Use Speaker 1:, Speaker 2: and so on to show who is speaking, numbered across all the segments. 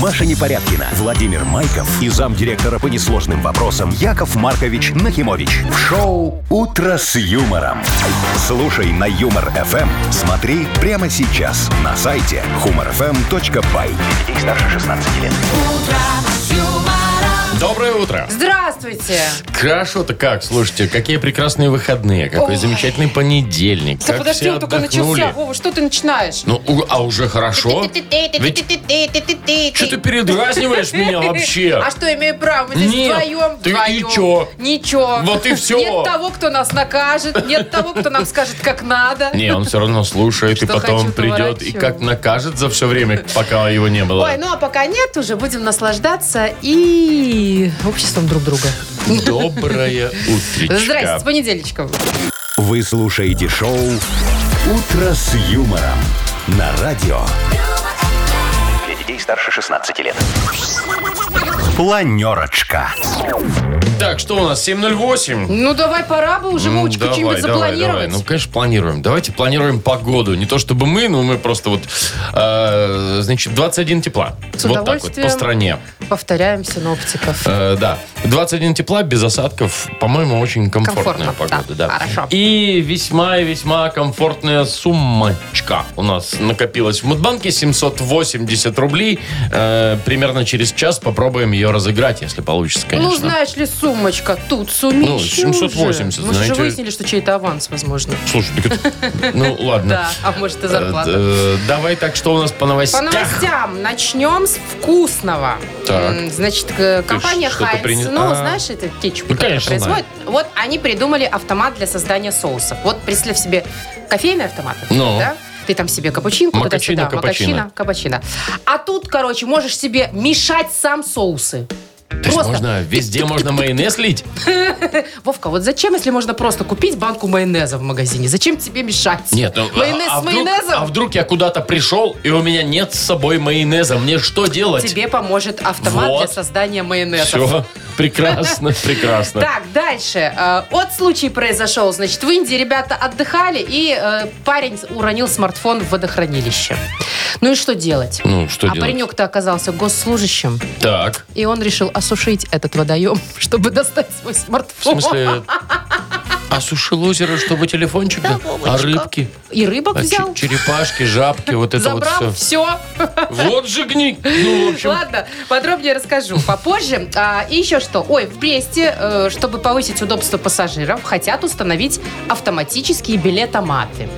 Speaker 1: Маша Непорядкина, Владимир Майков и замдиректора по несложным вопросам Яков Маркович Нахимович. В шоу «Утро с юмором». Слушай на «Юмор-ФМ». Смотри прямо сейчас на сайте humorfm.by. Для детей старше 16 лет.
Speaker 2: Доброе утро.
Speaker 3: Здравствуйте.
Speaker 2: Хорошо-то как, слушайте, какие прекрасные выходные, какой
Speaker 3: Ой.
Speaker 2: замечательный понедельник.
Speaker 3: Да
Speaker 2: как
Speaker 3: подожди,
Speaker 2: все
Speaker 3: он только
Speaker 2: отдохнули.
Speaker 3: начался. Вова, что ты начинаешь?
Speaker 2: Ну, у- а уже хорошо? Ведь что ты передразниваешь меня вообще?
Speaker 3: А что, имею право? Мы здесь
Speaker 2: Нет,
Speaker 3: вдвоем,
Speaker 2: ты
Speaker 3: вдвоем.
Speaker 2: и чё?
Speaker 3: Ничего.
Speaker 2: Вот и всё.
Speaker 3: Нет того, кто нас накажет, нет того, кто нам скажет, как надо.
Speaker 2: Не, он все равно слушает и
Speaker 3: Что
Speaker 2: потом
Speaker 3: хочу, то
Speaker 2: придет и
Speaker 3: ворочу.
Speaker 2: как накажет за все время, пока его не было.
Speaker 3: Ой, ну а пока нет, уже будем наслаждаться и обществом друг друга.
Speaker 2: Доброе утречко.
Speaker 3: Здрасте, с понедельничком.
Speaker 1: Вы слушаете шоу «Утро с юмором» на радио. Для детей старше 16 лет. Планерочка.
Speaker 2: Так, что у нас? 7.08.
Speaker 3: Ну давай, пора бы уже,
Speaker 2: Ну,
Speaker 3: Вовочка,
Speaker 2: давай.
Speaker 3: что-нибудь запланировать.
Speaker 2: Ну, конечно, планируем. Давайте планируем погоду. Не то чтобы мы, но мы просто вот... э, значит, 21 тепла.
Speaker 3: С
Speaker 2: вот так вот, по
Speaker 3: удовольствием.
Speaker 2: стране.
Speaker 3: Повторяем синоптиков.
Speaker 2: Э, да. 21 тепла, без осадков. По-моему, очень комфортная
Speaker 3: Комфортно,
Speaker 2: погода.
Speaker 3: да.
Speaker 2: Да.
Speaker 3: Хорошо.
Speaker 2: И весьма и весьма комфортная суммочка у нас накопилась в Мудбанке. 780 рублей. Э, примерно через час попробуем ее разыграть, если получится, конечно.
Speaker 3: Ну, знаешь ли, сумочка, тут сумища
Speaker 2: Ну, 780,
Speaker 3: уже. Мы же
Speaker 2: знаете.
Speaker 3: выяснили, что чей-то аванс, возможно.
Speaker 2: Слушай, так это- ну ладно.
Speaker 3: Да, а может и зарплата.
Speaker 2: Э, э, Давай так, что у нас по
Speaker 3: По
Speaker 2: новостям?
Speaker 3: новостям начнем с вкусного.
Speaker 2: Так.
Speaker 3: М, Значит, э, компания
Speaker 2: что-то
Speaker 3: Хайнс,
Speaker 2: принес-
Speaker 3: ну,
Speaker 2: А.
Speaker 3: знаешь, это кетчуп
Speaker 2: Ну,
Speaker 3: который
Speaker 2: конечно,
Speaker 3: производит. Вот они придумали автомат для создания соусов. Вот представь себе кофейный автомат,
Speaker 2: Ну.
Speaker 3: да? Ты там себе капучинку,
Speaker 2: Макачино,
Speaker 3: туда-сюда, макачино, капучино. А тут, короче, можешь себе мешать сам соусы.
Speaker 2: То есть можно, везде можно майонез лить?
Speaker 3: Вовка, вот зачем, если можно просто купить банку майонеза в магазине? Зачем тебе мешать?
Speaker 2: Нет, ну, а-
Speaker 3: майонез
Speaker 2: а
Speaker 3: с
Speaker 2: вдруг-
Speaker 3: майонезом?
Speaker 2: А вдруг я куда-то пришел, и у меня нет с собой майонеза? Мне что делать?
Speaker 3: Тебе поможет автомат
Speaker 2: Вот.
Speaker 3: для создания майонеза.
Speaker 2: Все, прекрасно, прекрасно.
Speaker 3: Так, дальше. Э, Вот случай произошел. Значит, в Индии ребята отдыхали, и э, парень уронил смартфон в водохранилище. Ну и что делать?
Speaker 2: Ну, что
Speaker 3: а
Speaker 2: делать?
Speaker 3: паренек-то оказался госслужащим,
Speaker 2: Так,
Speaker 3: и он решил осушить этот водоем, чтобы достать свой
Speaker 2: в
Speaker 3: смартфон.
Speaker 2: смысле... Осушил озеро, чтобы телефончик...
Speaker 3: Да,
Speaker 2: да? А
Speaker 3: Вовочка.
Speaker 2: рыбки?
Speaker 3: И рыбок
Speaker 2: А че-
Speaker 3: взял,
Speaker 2: черепашки, жабки, вот это вот
Speaker 3: забрал,
Speaker 2: все.
Speaker 3: все.
Speaker 2: Вот же гни... Ну, в общем,
Speaker 3: Ладно, подробнее расскажу попозже. А, и еще что. Ой, в Бресте, э, чтобы повысить удобство пассажиров, хотят установить автоматические билетоматы.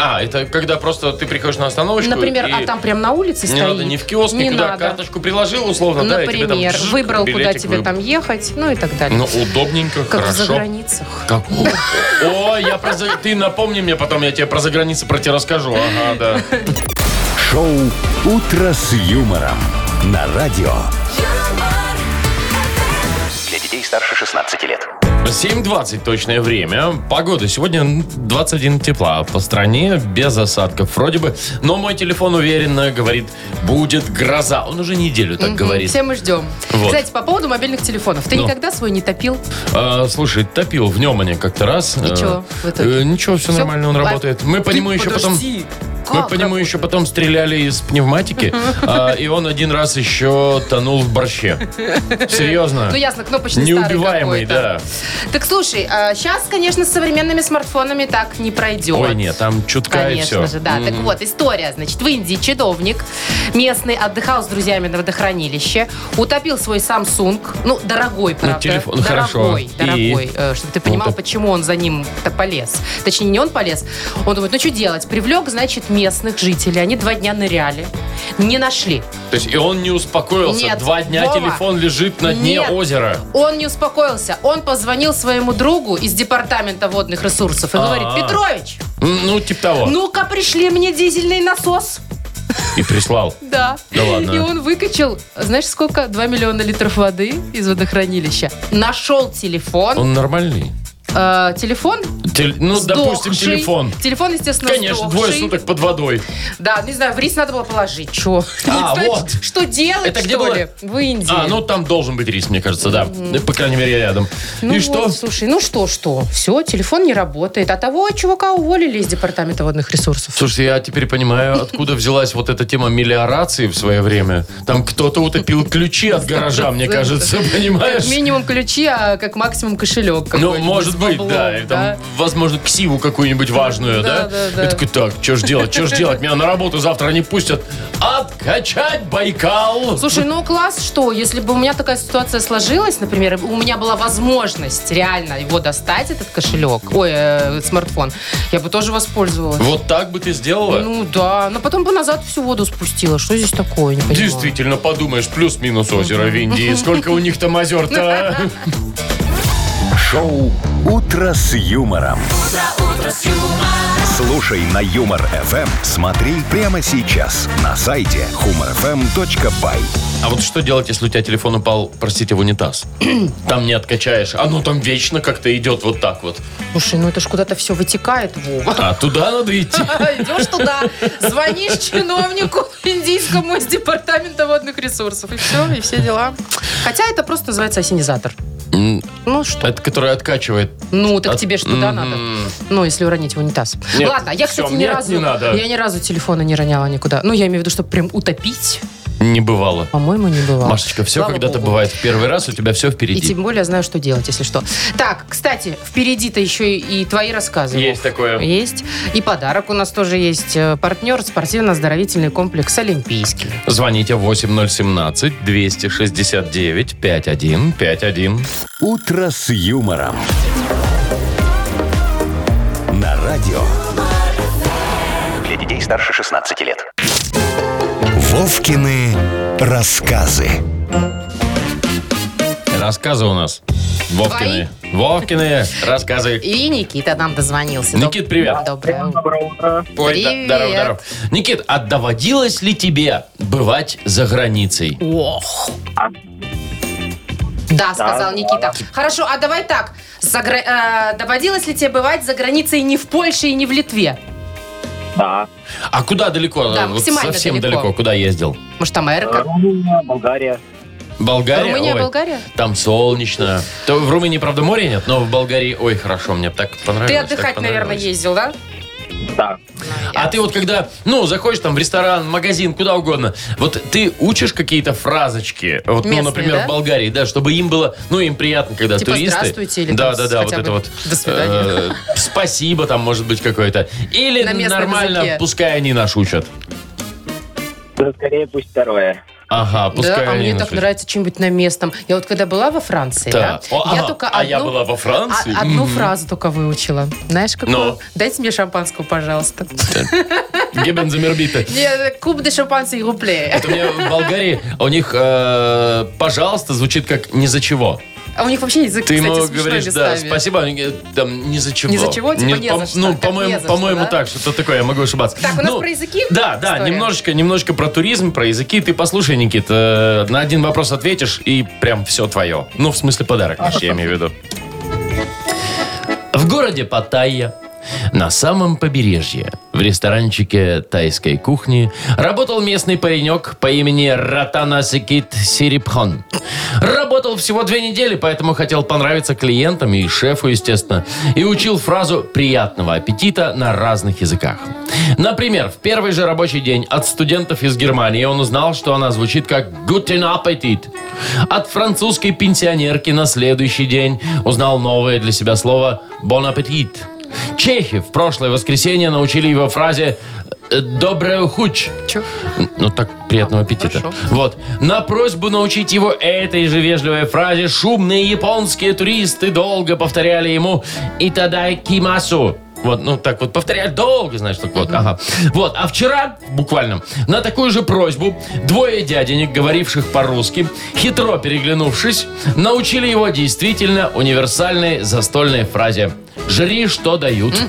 Speaker 2: А, это когда просто ты приходишь на остановочку
Speaker 3: Например,
Speaker 2: и
Speaker 3: а там прям на улице
Speaker 2: не
Speaker 3: стоит.
Speaker 2: надо ни в киоск,
Speaker 3: Не
Speaker 2: никуда
Speaker 3: надо.
Speaker 2: карточку приложил условно, да, и тебе там
Speaker 3: Например,
Speaker 2: жжж,
Speaker 3: выбрал, куда
Speaker 2: билетик
Speaker 3: тебе
Speaker 2: выб-
Speaker 3: там ехать, ну и так далее.
Speaker 2: Ну, удобненько,
Speaker 3: как в
Speaker 2: хорошо.
Speaker 3: заграницах.
Speaker 2: Как? О, я про за- Ты напомни мне потом, я тебе про заграницы про те расскажу. Ага, да.
Speaker 1: Шоу «Утро с юмором» на радио. Для детей старше 16 лет.
Speaker 2: 7.20 точное время. Погода сегодня 21 тепла по стране, без осадков вроде бы. Но мой телефон уверенно говорит, будет гроза. Он уже неделю так говорит.
Speaker 3: Все мы ждем.
Speaker 2: Вот.
Speaker 3: Кстати, по поводу мобильных телефонов. Ты
Speaker 2: Ну.
Speaker 3: никогда свой не топил?
Speaker 2: А, слушай, топил в нем они как-то раз.
Speaker 3: И чё, в итоге?
Speaker 2: э, ничего, все,
Speaker 3: Всё?
Speaker 2: нормально, он
Speaker 3: Ладно.
Speaker 2: работает. Мы по
Speaker 3: Ты
Speaker 2: нему еще потом.
Speaker 3: подожди.
Speaker 2: Мы
Speaker 3: Как
Speaker 2: по нему
Speaker 3: работает?
Speaker 2: еще потом стреляли из пневматики, а, и он один раз еще тонул в борще. Серьезно.
Speaker 3: Ну ясно, кнопочный старый
Speaker 2: А. Неубиваемый,
Speaker 3: какой-то.
Speaker 2: да.
Speaker 3: Так слушай, сейчас, конечно, с современными смартфонами так не пройдет.
Speaker 2: Ой, нет, там чутка и все.
Speaker 3: Конечно же, да. Так вот, история. Значит, в Индии чиновник местный отдыхал с друзьями на водохранилище, утопил свой Samsung, ну, дорогой, правда.
Speaker 2: телефон, ну,
Speaker 3: дорогой,
Speaker 2: хорошо.
Speaker 3: Дорогой,
Speaker 2: И? Ну,
Speaker 3: э, чтобы ты понимал,
Speaker 2: Он-то-
Speaker 3: почему он за ним-то полез. Точнее, не он полез. Он думает, ну, что делать? Привлек, значит, местных жителей. Они два дня ныряли. Не нашли.
Speaker 2: То есть и он не успокоился.
Speaker 3: Нет,
Speaker 2: Два дня
Speaker 3: Вова,
Speaker 2: телефон лежит на дне
Speaker 3: нет.
Speaker 2: озера.
Speaker 3: Он не успокоился. Он позвонил своему другу из департамента водных ресурсов и говорит,
Speaker 2: А-а.
Speaker 3: Петрович,
Speaker 2: М, Ну, типа того.
Speaker 3: ну-ка пришли мне дизельный насос.
Speaker 2: И прислал.
Speaker 3: Да.
Speaker 2: Да ладно.
Speaker 3: И он выкачал, знаешь, сколько? 2 миллиона литров воды из водохранилища. Нашел телефон.
Speaker 2: Он нормальный.
Speaker 3: Э, телефон?
Speaker 2: Теле- ну, допустим,
Speaker 3: Сдохший.
Speaker 2: телефон.
Speaker 3: Телефон, естественно,
Speaker 2: Конечно, двое
Speaker 3: сдохший.
Speaker 2: суток под водой.
Speaker 3: Да, не знаю, в рис надо было положить. Че?
Speaker 2: А, вот.
Speaker 3: Что делать,
Speaker 2: Это где
Speaker 3: что
Speaker 2: было?
Speaker 3: ли? В Индии.
Speaker 2: А, ну там должен быть рис, мне кажется, да. По крайней мере, рядом.
Speaker 3: Ну
Speaker 2: И
Speaker 3: вот,
Speaker 2: что?
Speaker 3: Слушай, ну что, что? Все, телефон не работает. А того чувака уволили из департамента водных ресурсов.
Speaker 2: Слушайте, я теперь понимаю, откуда взялась вот эта тема мелиорации в свое время. Там кто-то утопил ключи от гаража, мне кажется, понимаешь?
Speaker 3: Как минимум ключи, а как максимум
Speaker 2: Ну,
Speaker 3: кошелек. какой-нибудь
Speaker 2: может
Speaker 3: с
Speaker 2: быть,
Speaker 3: баблом,
Speaker 2: да. И
Speaker 3: да.
Speaker 2: там, возможно, ксиву какую-нибудь важную,
Speaker 3: Да,
Speaker 2: да?
Speaker 3: да, да.
Speaker 2: И такой, так, что ж делать, что ж делать? Меня на работу завтра не пустят. Откачать Байкал!
Speaker 3: Слушай, ну класс, что, если бы у меня такая ситуация сложилась, например, у меня была возможность реально его достать, этот кошелек, ой, э, смартфон, я бы тоже воспользовалась.
Speaker 2: Вот так бы ты сделала?
Speaker 3: Ну да, но потом бы назад всю воду спустила. Что здесь такое, не понимаю.
Speaker 2: Действительно, подумаешь, плюс-минус озеро в Индии. Сколько у них там озер-то? а?
Speaker 1: Шоу «Утро с юмором». Слушай на Юмор ФМ, смотри прямо сейчас на сайте humorfm.by.
Speaker 2: А вот что делать, если у тебя телефон упал, простите, в унитаз? Там не откачаешь. Оно там вечно как-то идет вот так вот.
Speaker 3: Слушай, ну это ж куда-то все вытекает, Вова.
Speaker 2: А туда надо идти.
Speaker 3: Идешь туда, звонишь чиновнику индийскому из департамента водных ресурсов. И все, и все дела. Хотя это просто называется осенизатор.
Speaker 2: М,
Speaker 3: Ну что?
Speaker 2: Это который откачивает.
Speaker 3: Ну, так
Speaker 2: От-
Speaker 3: тебе ж туда
Speaker 2: М,
Speaker 3: надо. Ну, если уронить в унитаз.
Speaker 2: Нет,
Speaker 3: Ладно, я, кстати,
Speaker 2: всё,
Speaker 3: ни
Speaker 2: нет,
Speaker 3: разу...
Speaker 2: не надо.
Speaker 3: Я ни разу телефона не роняла никуда. Ну, я имею в виду, чтобы прям утопить,
Speaker 2: Не бывало.
Speaker 3: по-моему, не бывало.
Speaker 2: Машечка, все
Speaker 3: Слава
Speaker 2: когда-то
Speaker 3: богу.
Speaker 2: бывает. В Первый раз у тебя все
Speaker 3: И
Speaker 2: впереди.
Speaker 3: тем более знаю, что делать, если что. Так, кстати, впереди-то еще и, и твои рассказы.
Speaker 2: Есть
Speaker 3: Вов.
Speaker 2: такое.
Speaker 3: Есть. И подарок у нас тоже есть. Э, Партнер спортивно-оздоровительный комплекс «Олимпийский».
Speaker 2: Звоните 8017-269-5151.
Speaker 1: «Утро с юмором». На радио.
Speaker 4: Для детей старше 16 лет.
Speaker 1: Вовкины рассказы.
Speaker 2: Рассказы у нас. Вовкины. Вовкины рассказы.
Speaker 3: И Никита нам дозвонился.
Speaker 2: Никит, привет.
Speaker 3: Доброе утро.
Speaker 2: Ой, да,
Speaker 3: Привет.
Speaker 2: здоров, здоров. Никит, а доводилось ли тебе бывать за границей?
Speaker 3: Ох. Да, сказал Никита. Хорошо, а давай так. За гра- э, доводилось ли тебе бывать за границей не в Польше и не в Литве?
Speaker 5: Да.
Speaker 2: А куда далеко?
Speaker 3: Да,
Speaker 2: Вот
Speaker 3: максимально
Speaker 2: совсем
Speaker 3: далеко.
Speaker 2: далеко. Куда ездил?
Speaker 3: Может, там Эрка?
Speaker 5: Румыния, Болгария.
Speaker 2: Болгария?
Speaker 3: Румыния,
Speaker 2: Ой,
Speaker 3: Болгария?
Speaker 2: Там солнечно. То в Румынии, правда, моря нет, но в Болгарии, ой, хорошо, мне так понравилось.
Speaker 3: Ты
Speaker 2: так
Speaker 3: отдыхать, наверное,
Speaker 2: понравилось.
Speaker 3: ездил, да?
Speaker 5: Да.
Speaker 2: А ты вот когда, ну, заходишь там в ресторан, магазин, куда угодно, вот ты учишь какие-то фразочки, вот,
Speaker 3: Местные,
Speaker 2: ну, например,
Speaker 3: да?
Speaker 2: в Болгарии, да, чтобы им было, ну, им приятно, когда
Speaker 3: Типа,
Speaker 2: туристы.
Speaker 3: «Здравствуйте» или
Speaker 2: Да,
Speaker 3: там
Speaker 2: да, да, вот
Speaker 3: хотя
Speaker 2: это
Speaker 3: бы
Speaker 2: вот.
Speaker 3: «До свидания».
Speaker 2: э, спасибо там может быть какое-то. Или
Speaker 3: На местном
Speaker 2: нормально,
Speaker 3: языке.
Speaker 2: пускай они нас учат.
Speaker 5: Да, скорее пусть второе.
Speaker 2: Ага, пускай
Speaker 3: да, а
Speaker 2: они
Speaker 3: мне
Speaker 2: нас
Speaker 3: так
Speaker 2: учат.
Speaker 3: нравится что-нибудь на местном. Я вот когда была во Франции,
Speaker 2: Да.
Speaker 3: да,
Speaker 2: О,
Speaker 3: я
Speaker 2: ага.
Speaker 3: только
Speaker 2: А я
Speaker 3: одну-
Speaker 2: была во Франции?
Speaker 3: а- одну
Speaker 2: Мгм.
Speaker 3: фразу только выучила. Знаешь, какую?
Speaker 2: Ну?
Speaker 3: Дайте мне шампанского, пожалуйста.
Speaker 2: Гебензамербита.
Speaker 3: Мне куб де шампанское и гупле.
Speaker 2: Это у меня в Болгарии, у них, э, пожалуйста, звучит как ни за чего.
Speaker 3: А у них вообще язык,
Speaker 2: Ты
Speaker 3: кстати,
Speaker 2: ему
Speaker 3: смешной
Speaker 2: говоришь, да,
Speaker 3: местами.
Speaker 2: спасибо, они говорят, там, ни за чего.
Speaker 3: Ни за чего, типа, не
Speaker 2: по-
Speaker 3: за что,
Speaker 2: Ну,
Speaker 3: как не
Speaker 2: по-моему,
Speaker 3: за
Speaker 2: по-моему
Speaker 3: что, да?
Speaker 2: так, что-то такое, я могу ошибаться.
Speaker 3: Так, у нас
Speaker 2: Ну,
Speaker 3: про языки
Speaker 2: Да, да,
Speaker 3: история?
Speaker 2: немножечко, немножечко про туризм, про языки. Ты послушай, Никит, э, на один вопрос ответишь, и прям все твое. Ну, в смысле
Speaker 3: А
Speaker 2: подарок, конечно, я имею в виду. В городе Паттайя, на самом побережье, в ресторанчике тайской кухни, работал местный паренек по имени Ратанасикит Сирипхон. Работал всего две недели, поэтому хотел понравиться клиентам и шефу, естественно, и учил фразу «приятного аппетита» на разных языках. Например, в первый же рабочий день от студентов из Германии он узнал, что она звучит как «Guten Appetit». От французской пенсионерки на следующий день узнал новое для себя слово «Bon Appetit». Чехи в прошлое воскресенье научили его фразе э, «Доброе хуч».
Speaker 3: Чё?
Speaker 2: Ну так, приятного аппетита.
Speaker 3: хорошо.
Speaker 2: Вот. На просьбу научить его этой же вежливой фразе шумные японские туристы долго повторяли ему «Итадай кимасу». Вот, ну так вот, повторяли долго, знаешь, так вот, ага. Вот, а вчера, буквально, на такую же просьбу двое дяденек, говоривших по-русски, хитро переглянувшись, научили его действительно универсальной застольной фразе «Жри, что дают».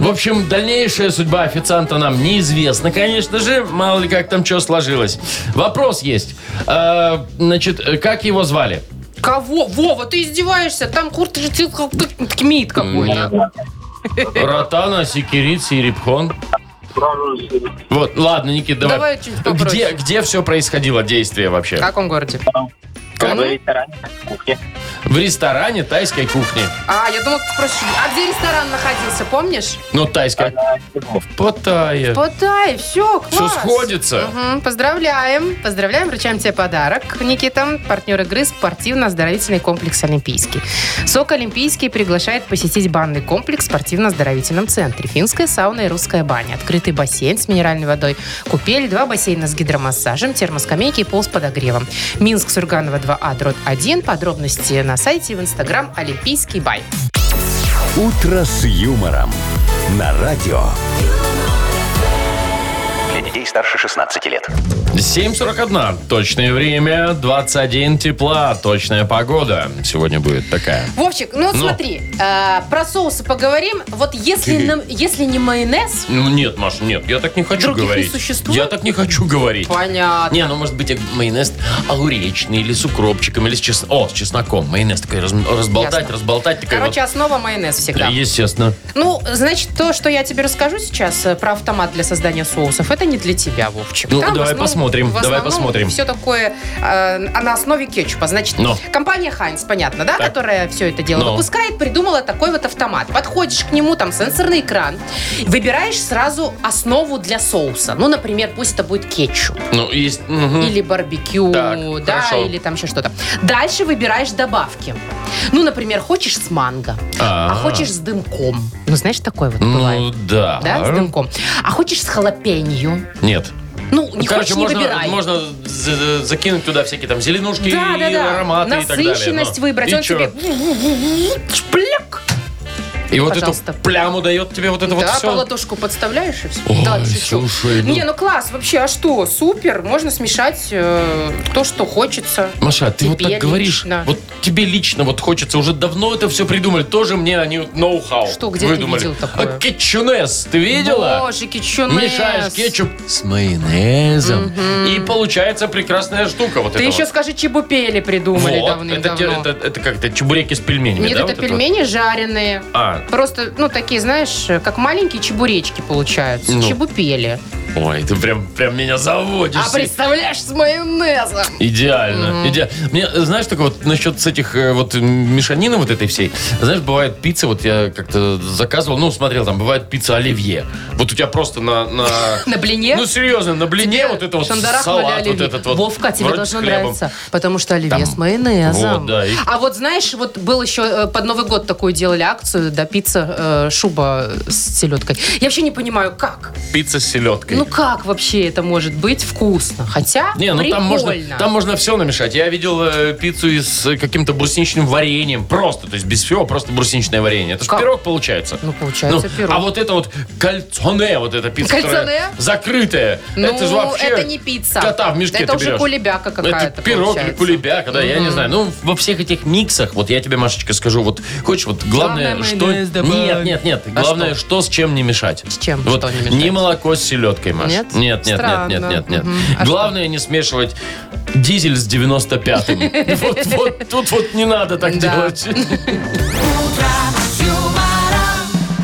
Speaker 2: В общем, дальнейшая судьба официанта нам неизвестна, конечно же. Мало ли как там что сложилось. Вопрос есть. Э, значит, э, как его звали?
Speaker 3: Кого? Вова, ты издеваешься? Там курт же ты- тмит какой-то.
Speaker 2: Ротана, Секирица и Рипхон. Вот, ладно, Никит, давай.
Speaker 3: Давай чуть попроще.
Speaker 2: где, где все происходило действие
Speaker 3: В
Speaker 2: вообще?
Speaker 3: каком городе?
Speaker 5: В ресторане, на кухне.
Speaker 2: В ресторане тайской кухни.
Speaker 3: А, я думала, ты спросишь, а где ресторан находился, помнишь?
Speaker 2: Ну, тайская.
Speaker 5: Она всего.
Speaker 2: Паттайя.
Speaker 3: Подай, все, класс.
Speaker 2: Все сходится.
Speaker 3: Мгм, Поздравляем. Поздравляем, вручаем тебе подарок, Никита. Партнер игры спортивно-оздоровительный комплекс «Олимпийский». СОК «Олимпийский» приглашает посетить банный комплекс в спортивно-оздоровительном центре. Финская сауна и русская баня. Открытый бассейн с минеральной водой. Купель, два бассейна с гидромассажем, термоскамейки и пол с подогревом. Минск, Сурганова 2А, дрот 1. Подробности на сайте и в инстаграм «Олимпийский бай».
Speaker 1: «Утро с юмором» на радио.
Speaker 4: Для детей старше 16 лет.
Speaker 2: 7.41. Точное время. 21 тепла. Точная погода. Сегодня будет такая.
Speaker 3: Вовчик, ну вот
Speaker 2: Ну.
Speaker 3: смотри, э, про соусы поговорим. Вот если, нам- если не майонез,
Speaker 2: Ну, нет, Маш, нет, я так не хочу
Speaker 3: Других не
Speaker 2: говорить.
Speaker 3: существует?
Speaker 2: Я так не хочу говорить.
Speaker 3: понятно.
Speaker 2: Не, ну может быть майонез огуречный или с укропчиком, или с чесноком. О, с чесноком. Майонез такой раз- разболтать,
Speaker 3: Ясно.
Speaker 2: разболтать. Такой
Speaker 3: Короче, основа майонез
Speaker 2: вот.
Speaker 3: всегда.
Speaker 2: Естественно.
Speaker 3: Ну, значит, то, что я тебе расскажу сейчас э, про автомат для создания соусов, это не для тебя, Вовчик.
Speaker 2: Ну,
Speaker 3: в
Speaker 2: давай посмотрим,
Speaker 3: в
Speaker 2: давай
Speaker 3: основном
Speaker 2: посмотрим.
Speaker 3: все такое э, на основе кетчупа. Значит,
Speaker 2: Ну.
Speaker 3: компания Хайнс, понятно, да,
Speaker 2: Так.
Speaker 3: которая все это дело
Speaker 2: Ну.
Speaker 3: выпускает, придумала такой вот автомат. Подходишь к нему, там сенсорный экран, выбираешь сразу основу для соуса. Ну, например, пусть это будет кетчуп.
Speaker 2: Ну, есть... мгм.
Speaker 3: или барбекю,
Speaker 2: Так,
Speaker 3: да,
Speaker 2: хорошо.
Speaker 3: или там еще что-то. Дальше выбираешь добавки. Ну, например, хочешь с манго, а,
Speaker 2: А.
Speaker 3: хочешь с дымком. Ну, знаешь, такое вот
Speaker 2: Ну,
Speaker 3: бывает.
Speaker 2: да.
Speaker 3: Да, с дымком. А хочешь с халапенью?
Speaker 2: Нет.
Speaker 3: Ну, не
Speaker 2: Ну, короче,
Speaker 3: хочешь, не
Speaker 2: можно,
Speaker 3: выбирай.
Speaker 2: можно за- за- закинуть туда всякие там зеленушки
Speaker 3: да, да,
Speaker 2: и
Speaker 3: да.
Speaker 2: ароматы и так далее.
Speaker 3: Насыщенность
Speaker 2: Ну,
Speaker 3: выбрать.
Speaker 2: И,
Speaker 3: Он
Speaker 2: чё?
Speaker 3: тебе шпляк.
Speaker 2: и вот
Speaker 3: Пожалуйста.
Speaker 2: эту пляму дает тебе Ну, вот это вот
Speaker 3: да, по
Speaker 2: все.
Speaker 3: ладошку подставляешь и все.
Speaker 2: Ой,
Speaker 3: да, шучу.
Speaker 2: слушай, ну-
Speaker 3: Не, ну класс вообще, а что? Супер, можно смешать э, то, что хочется.
Speaker 2: Маша, ты вот
Speaker 3: Тебе
Speaker 2: так говоришь,
Speaker 3: лично.
Speaker 2: вот тебе лично вот хочется, уже давно это все придумали, тоже мне они вот ноу-хау
Speaker 3: Что, где ты
Speaker 2: выдумали.
Speaker 3: видел такое?
Speaker 2: А кетчунес, ты видела?
Speaker 3: Боже, кетчунес.
Speaker 2: Мешаешь кетчуп с майонезом, и получается прекрасная штука вот
Speaker 3: Ты
Speaker 2: эта
Speaker 3: еще
Speaker 2: вот.
Speaker 3: скажи, чебупели придумали
Speaker 2: Вот, это, те-
Speaker 3: давным-давно.
Speaker 2: это, это как-то чебуреки с пельменями,
Speaker 3: Нет,
Speaker 2: да?
Speaker 3: это
Speaker 2: вот вот?
Speaker 3: пельмени жареные.
Speaker 2: А,
Speaker 3: Просто, ну, такие, знаешь, как маленькие чебуречки получаются.
Speaker 2: Ну.
Speaker 3: Чебупели.
Speaker 2: ой, ты прям, прям меня заводишь.
Speaker 3: А представляешь, с майонезом.
Speaker 2: Идеально. иде- Мне, знаешь, только вот насчет с этих э, вот м, мешанины вот этой всей. Знаешь, бывает пицца, вот я как-то заказывал, ну, смотрел, там бывает пицца оливье. Вот у тебя просто на... на-
Speaker 3: На блине?
Speaker 2: Ну, серьезно, на блине
Speaker 3: Тебе
Speaker 2: вот это вот
Speaker 3: шандарахнули
Speaker 2: салат вот
Speaker 3: оливье.
Speaker 2: этот вот.
Speaker 3: Вовка, а тебе
Speaker 2: вроде с
Speaker 3: должно
Speaker 2: хлебом.
Speaker 3: нравиться, потому что оливье
Speaker 2: Там.
Speaker 3: с майонезом.
Speaker 2: Вот, да, и-
Speaker 3: А вот знаешь, вот был еще э, под Новый год такую делали акцию, да, пицца, э, шуба с селедкой. Я вообще не понимаю, как?
Speaker 2: Пицца с селедкой.
Speaker 3: Ну как вообще это может быть вкусно? Хотя
Speaker 2: Э. не, ну
Speaker 3: прикольно.
Speaker 2: там можно, там можно все намешать. Я видел э, пиццу и с э, каким-то брусничным вареньем. Просто, то есть без всего, просто брусничное варенье. Это же
Speaker 3: Как?
Speaker 2: пирог получается.
Speaker 3: Ну, получается
Speaker 2: Ну,
Speaker 3: пирог.
Speaker 2: А вот это вот кальцоне, вот эта пицца,
Speaker 3: Кальцоне?
Speaker 2: которая закрытая.
Speaker 3: Ну,
Speaker 2: это
Speaker 3: это,
Speaker 2: же вообще...
Speaker 3: не пицца.
Speaker 2: кота в мешке
Speaker 3: Это
Speaker 2: ты
Speaker 3: уже
Speaker 2: берешь. Ну,
Speaker 3: кулебяка какая-то
Speaker 2: Это пирог
Speaker 3: получается.
Speaker 2: или кулебяка, да, я не знаю. Ну, во всех этих миксах, вот я тебе, Машечка, скажу, вот хочешь, вот главное,
Speaker 3: Главное,
Speaker 2: что...
Speaker 3: майонез добавь.
Speaker 2: Нет, нет, нет,
Speaker 3: А
Speaker 2: главное, что? с чем не мешать.
Speaker 3: С чем
Speaker 2: Вот
Speaker 3: что не
Speaker 2: не
Speaker 3: мешать?
Speaker 2: молоко с селедкой, Маш.
Speaker 3: Нет?
Speaker 2: Нет, нет, нет,
Speaker 3: Странно.
Speaker 2: нет, нет, нет.
Speaker 3: Мгм. А
Speaker 2: Главное не смешивать дизель с 95-м. Вот- Вот тут вот не надо так
Speaker 3: Да.
Speaker 2: делать.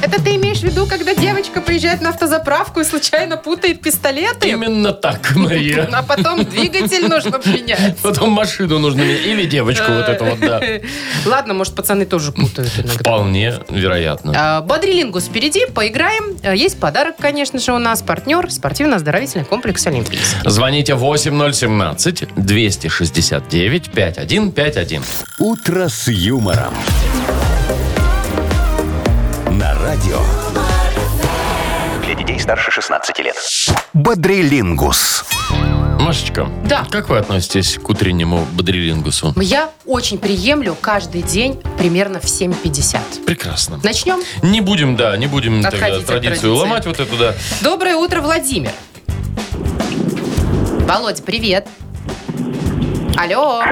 Speaker 3: Это ты имеешь в виду, когда девочка приезжает на автозаправку и случайно путает пистолеты?
Speaker 2: Именно так, Мария.
Speaker 3: А потом двигатель нужно принять.
Speaker 2: Потом машину нужно менять. Или девочку вот эту вот, да.
Speaker 3: Ладно, может, пацаны тоже путают иногда.
Speaker 2: Вполне вероятно.
Speaker 3: А, Бодрилингус впереди, поиграем. А, Есть подарок, конечно же, у нас. Партнер спортивно-оздоровительный комплекс «Олимпийский».
Speaker 2: Звоните 8017-269-5151.
Speaker 1: «Утро с юмором». На радио
Speaker 4: Для детей старше 16 лет.
Speaker 1: «Бодрилингус».
Speaker 2: Машечка, а
Speaker 3: Да.
Speaker 2: как вы относитесь к утреннему бодрилингусу?
Speaker 3: Я очень приемлю каждый день примерно в 7.50.
Speaker 2: Прекрасно.
Speaker 3: Начнем.
Speaker 2: Не будем, да, не будем тогда
Speaker 3: Отходить от традиции.
Speaker 2: традицию ломать вот эту, да.
Speaker 3: Доброе утро, Владимир. Володя, привет. Алло.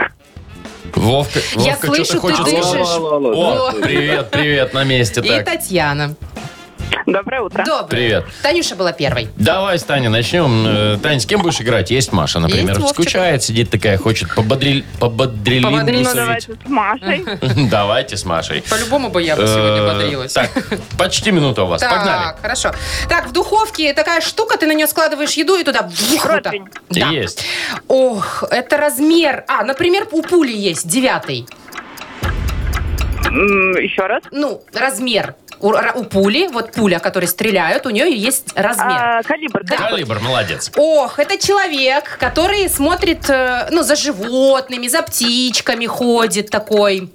Speaker 2: Вовка,
Speaker 3: Я
Speaker 2: Вовка
Speaker 3: слышу,
Speaker 2: что-то
Speaker 3: ты
Speaker 2: хочет
Speaker 3: дышишь.
Speaker 2: сказать.
Speaker 5: Алло, алло, алло,
Speaker 2: О, привет, привет, на месте.
Speaker 3: И
Speaker 2: Так.
Speaker 3: Татьяна.
Speaker 6: Доброе утро.
Speaker 3: Доброе.
Speaker 2: Привет.
Speaker 3: Танюша была первой.
Speaker 2: Давай, Таня, начнем. Э, Тань, с кем будешь играть? Есть Маша, например.
Speaker 3: Есть Вовчик.
Speaker 2: Скучает, сидит такая, хочет пободрил...
Speaker 3: Пободрилину
Speaker 2: пободрилин
Speaker 6: Ну, давайте с Машей.
Speaker 2: Давайте с Машей.
Speaker 3: По-любому бы я бы сегодня бодрилась.
Speaker 2: Э, Так, почти минута у вас.
Speaker 3: Так,
Speaker 2: Погнали.
Speaker 3: хорошо. Так, в духовке такая штука, ты на нее складываешь еду и туда... вжух, вот так.
Speaker 6: Противень.
Speaker 3: Да.
Speaker 2: Есть.
Speaker 3: Ох, это размер. А, например, у пули есть девятый.
Speaker 6: М, Еще раз.
Speaker 3: Ну, размер. У, ра- у пули, вот пуля, которой стреляют, у нее есть размер.
Speaker 6: А, Калибр.
Speaker 3: Да.
Speaker 6: калибр.
Speaker 2: Калибр, молодец.
Speaker 3: Ох, это человек, который смотрит, э, ну, за животными, за птичками ходит такой.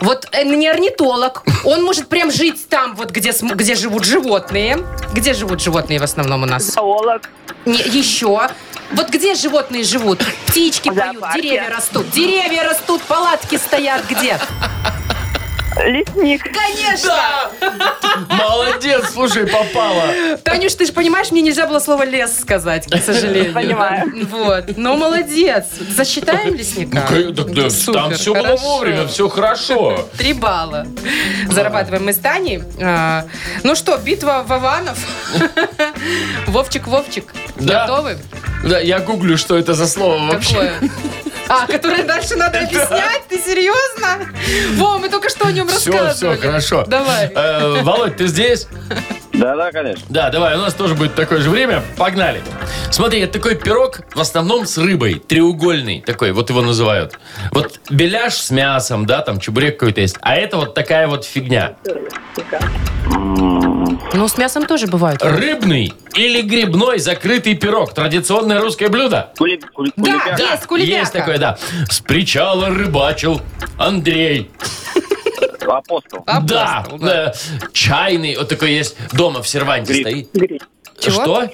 Speaker 3: Вот э, не орнитолог. Он может прям жить там, вот где, см- где живут животные. Где живут животные в основном у нас?
Speaker 6: Зоолог.
Speaker 3: Не, еще. Вот где животные живут? Птички
Speaker 6: В
Speaker 3: поют,
Speaker 6: зоопарке.
Speaker 3: деревья растут. Деревья растут, палатки стоят где?
Speaker 6: Лесник.
Speaker 3: Конечно!
Speaker 2: Молодец, слушай, попала.
Speaker 3: Танюш, ты же понимаешь, мне нельзя было слово лес сказать, к сожалению.
Speaker 6: Понимаю.
Speaker 3: Вот. Но молодец. Засчитаем лесника?
Speaker 2: Ну, так, да,
Speaker 3: Супер,
Speaker 2: Там все было
Speaker 3: хорошо.
Speaker 2: вовремя, все хорошо.
Speaker 3: Три балла. Зарабатываем мы с Таней. А, Ну что, битва Вованов. Вовчик, Вовчик.
Speaker 2: Да.
Speaker 3: Готовы?
Speaker 2: Да, я гуглю, что это за слово вообще.
Speaker 3: Какое? А, которое дальше надо объяснять? Ты серьезно? Во, мы только что о нем
Speaker 2: Все,
Speaker 3: рассказывали.
Speaker 2: все, хорошо.
Speaker 3: Давай.
Speaker 2: Э, Володь, ты здесь?
Speaker 5: Да-да, конечно.
Speaker 2: Да, давай, у нас тоже будет такое же время. Погнали. Смотри, это такой пирог в основном с рыбой. Треугольный такой, вот его называют. Вот беляш с мясом, да, там чебурек какой-то есть. А это вот такая вот фигня.
Speaker 3: Ну, с мясом тоже бывают.
Speaker 2: Рыбный или грибной закрытый пирог. Традиционное русское блюдо.
Speaker 5: Кули- кули-
Speaker 3: Да,
Speaker 5: кулебяка.
Speaker 3: да. Есть кулебяка.
Speaker 2: Есть такое, да. С причала рыбачил Андрей.
Speaker 5: Апостол.
Speaker 2: да. э, Чайный. Вот такой есть. Дома в серванте
Speaker 5: Гриб.
Speaker 2: стоит.
Speaker 6: Гриб.
Speaker 3: Чего?
Speaker 2: Что?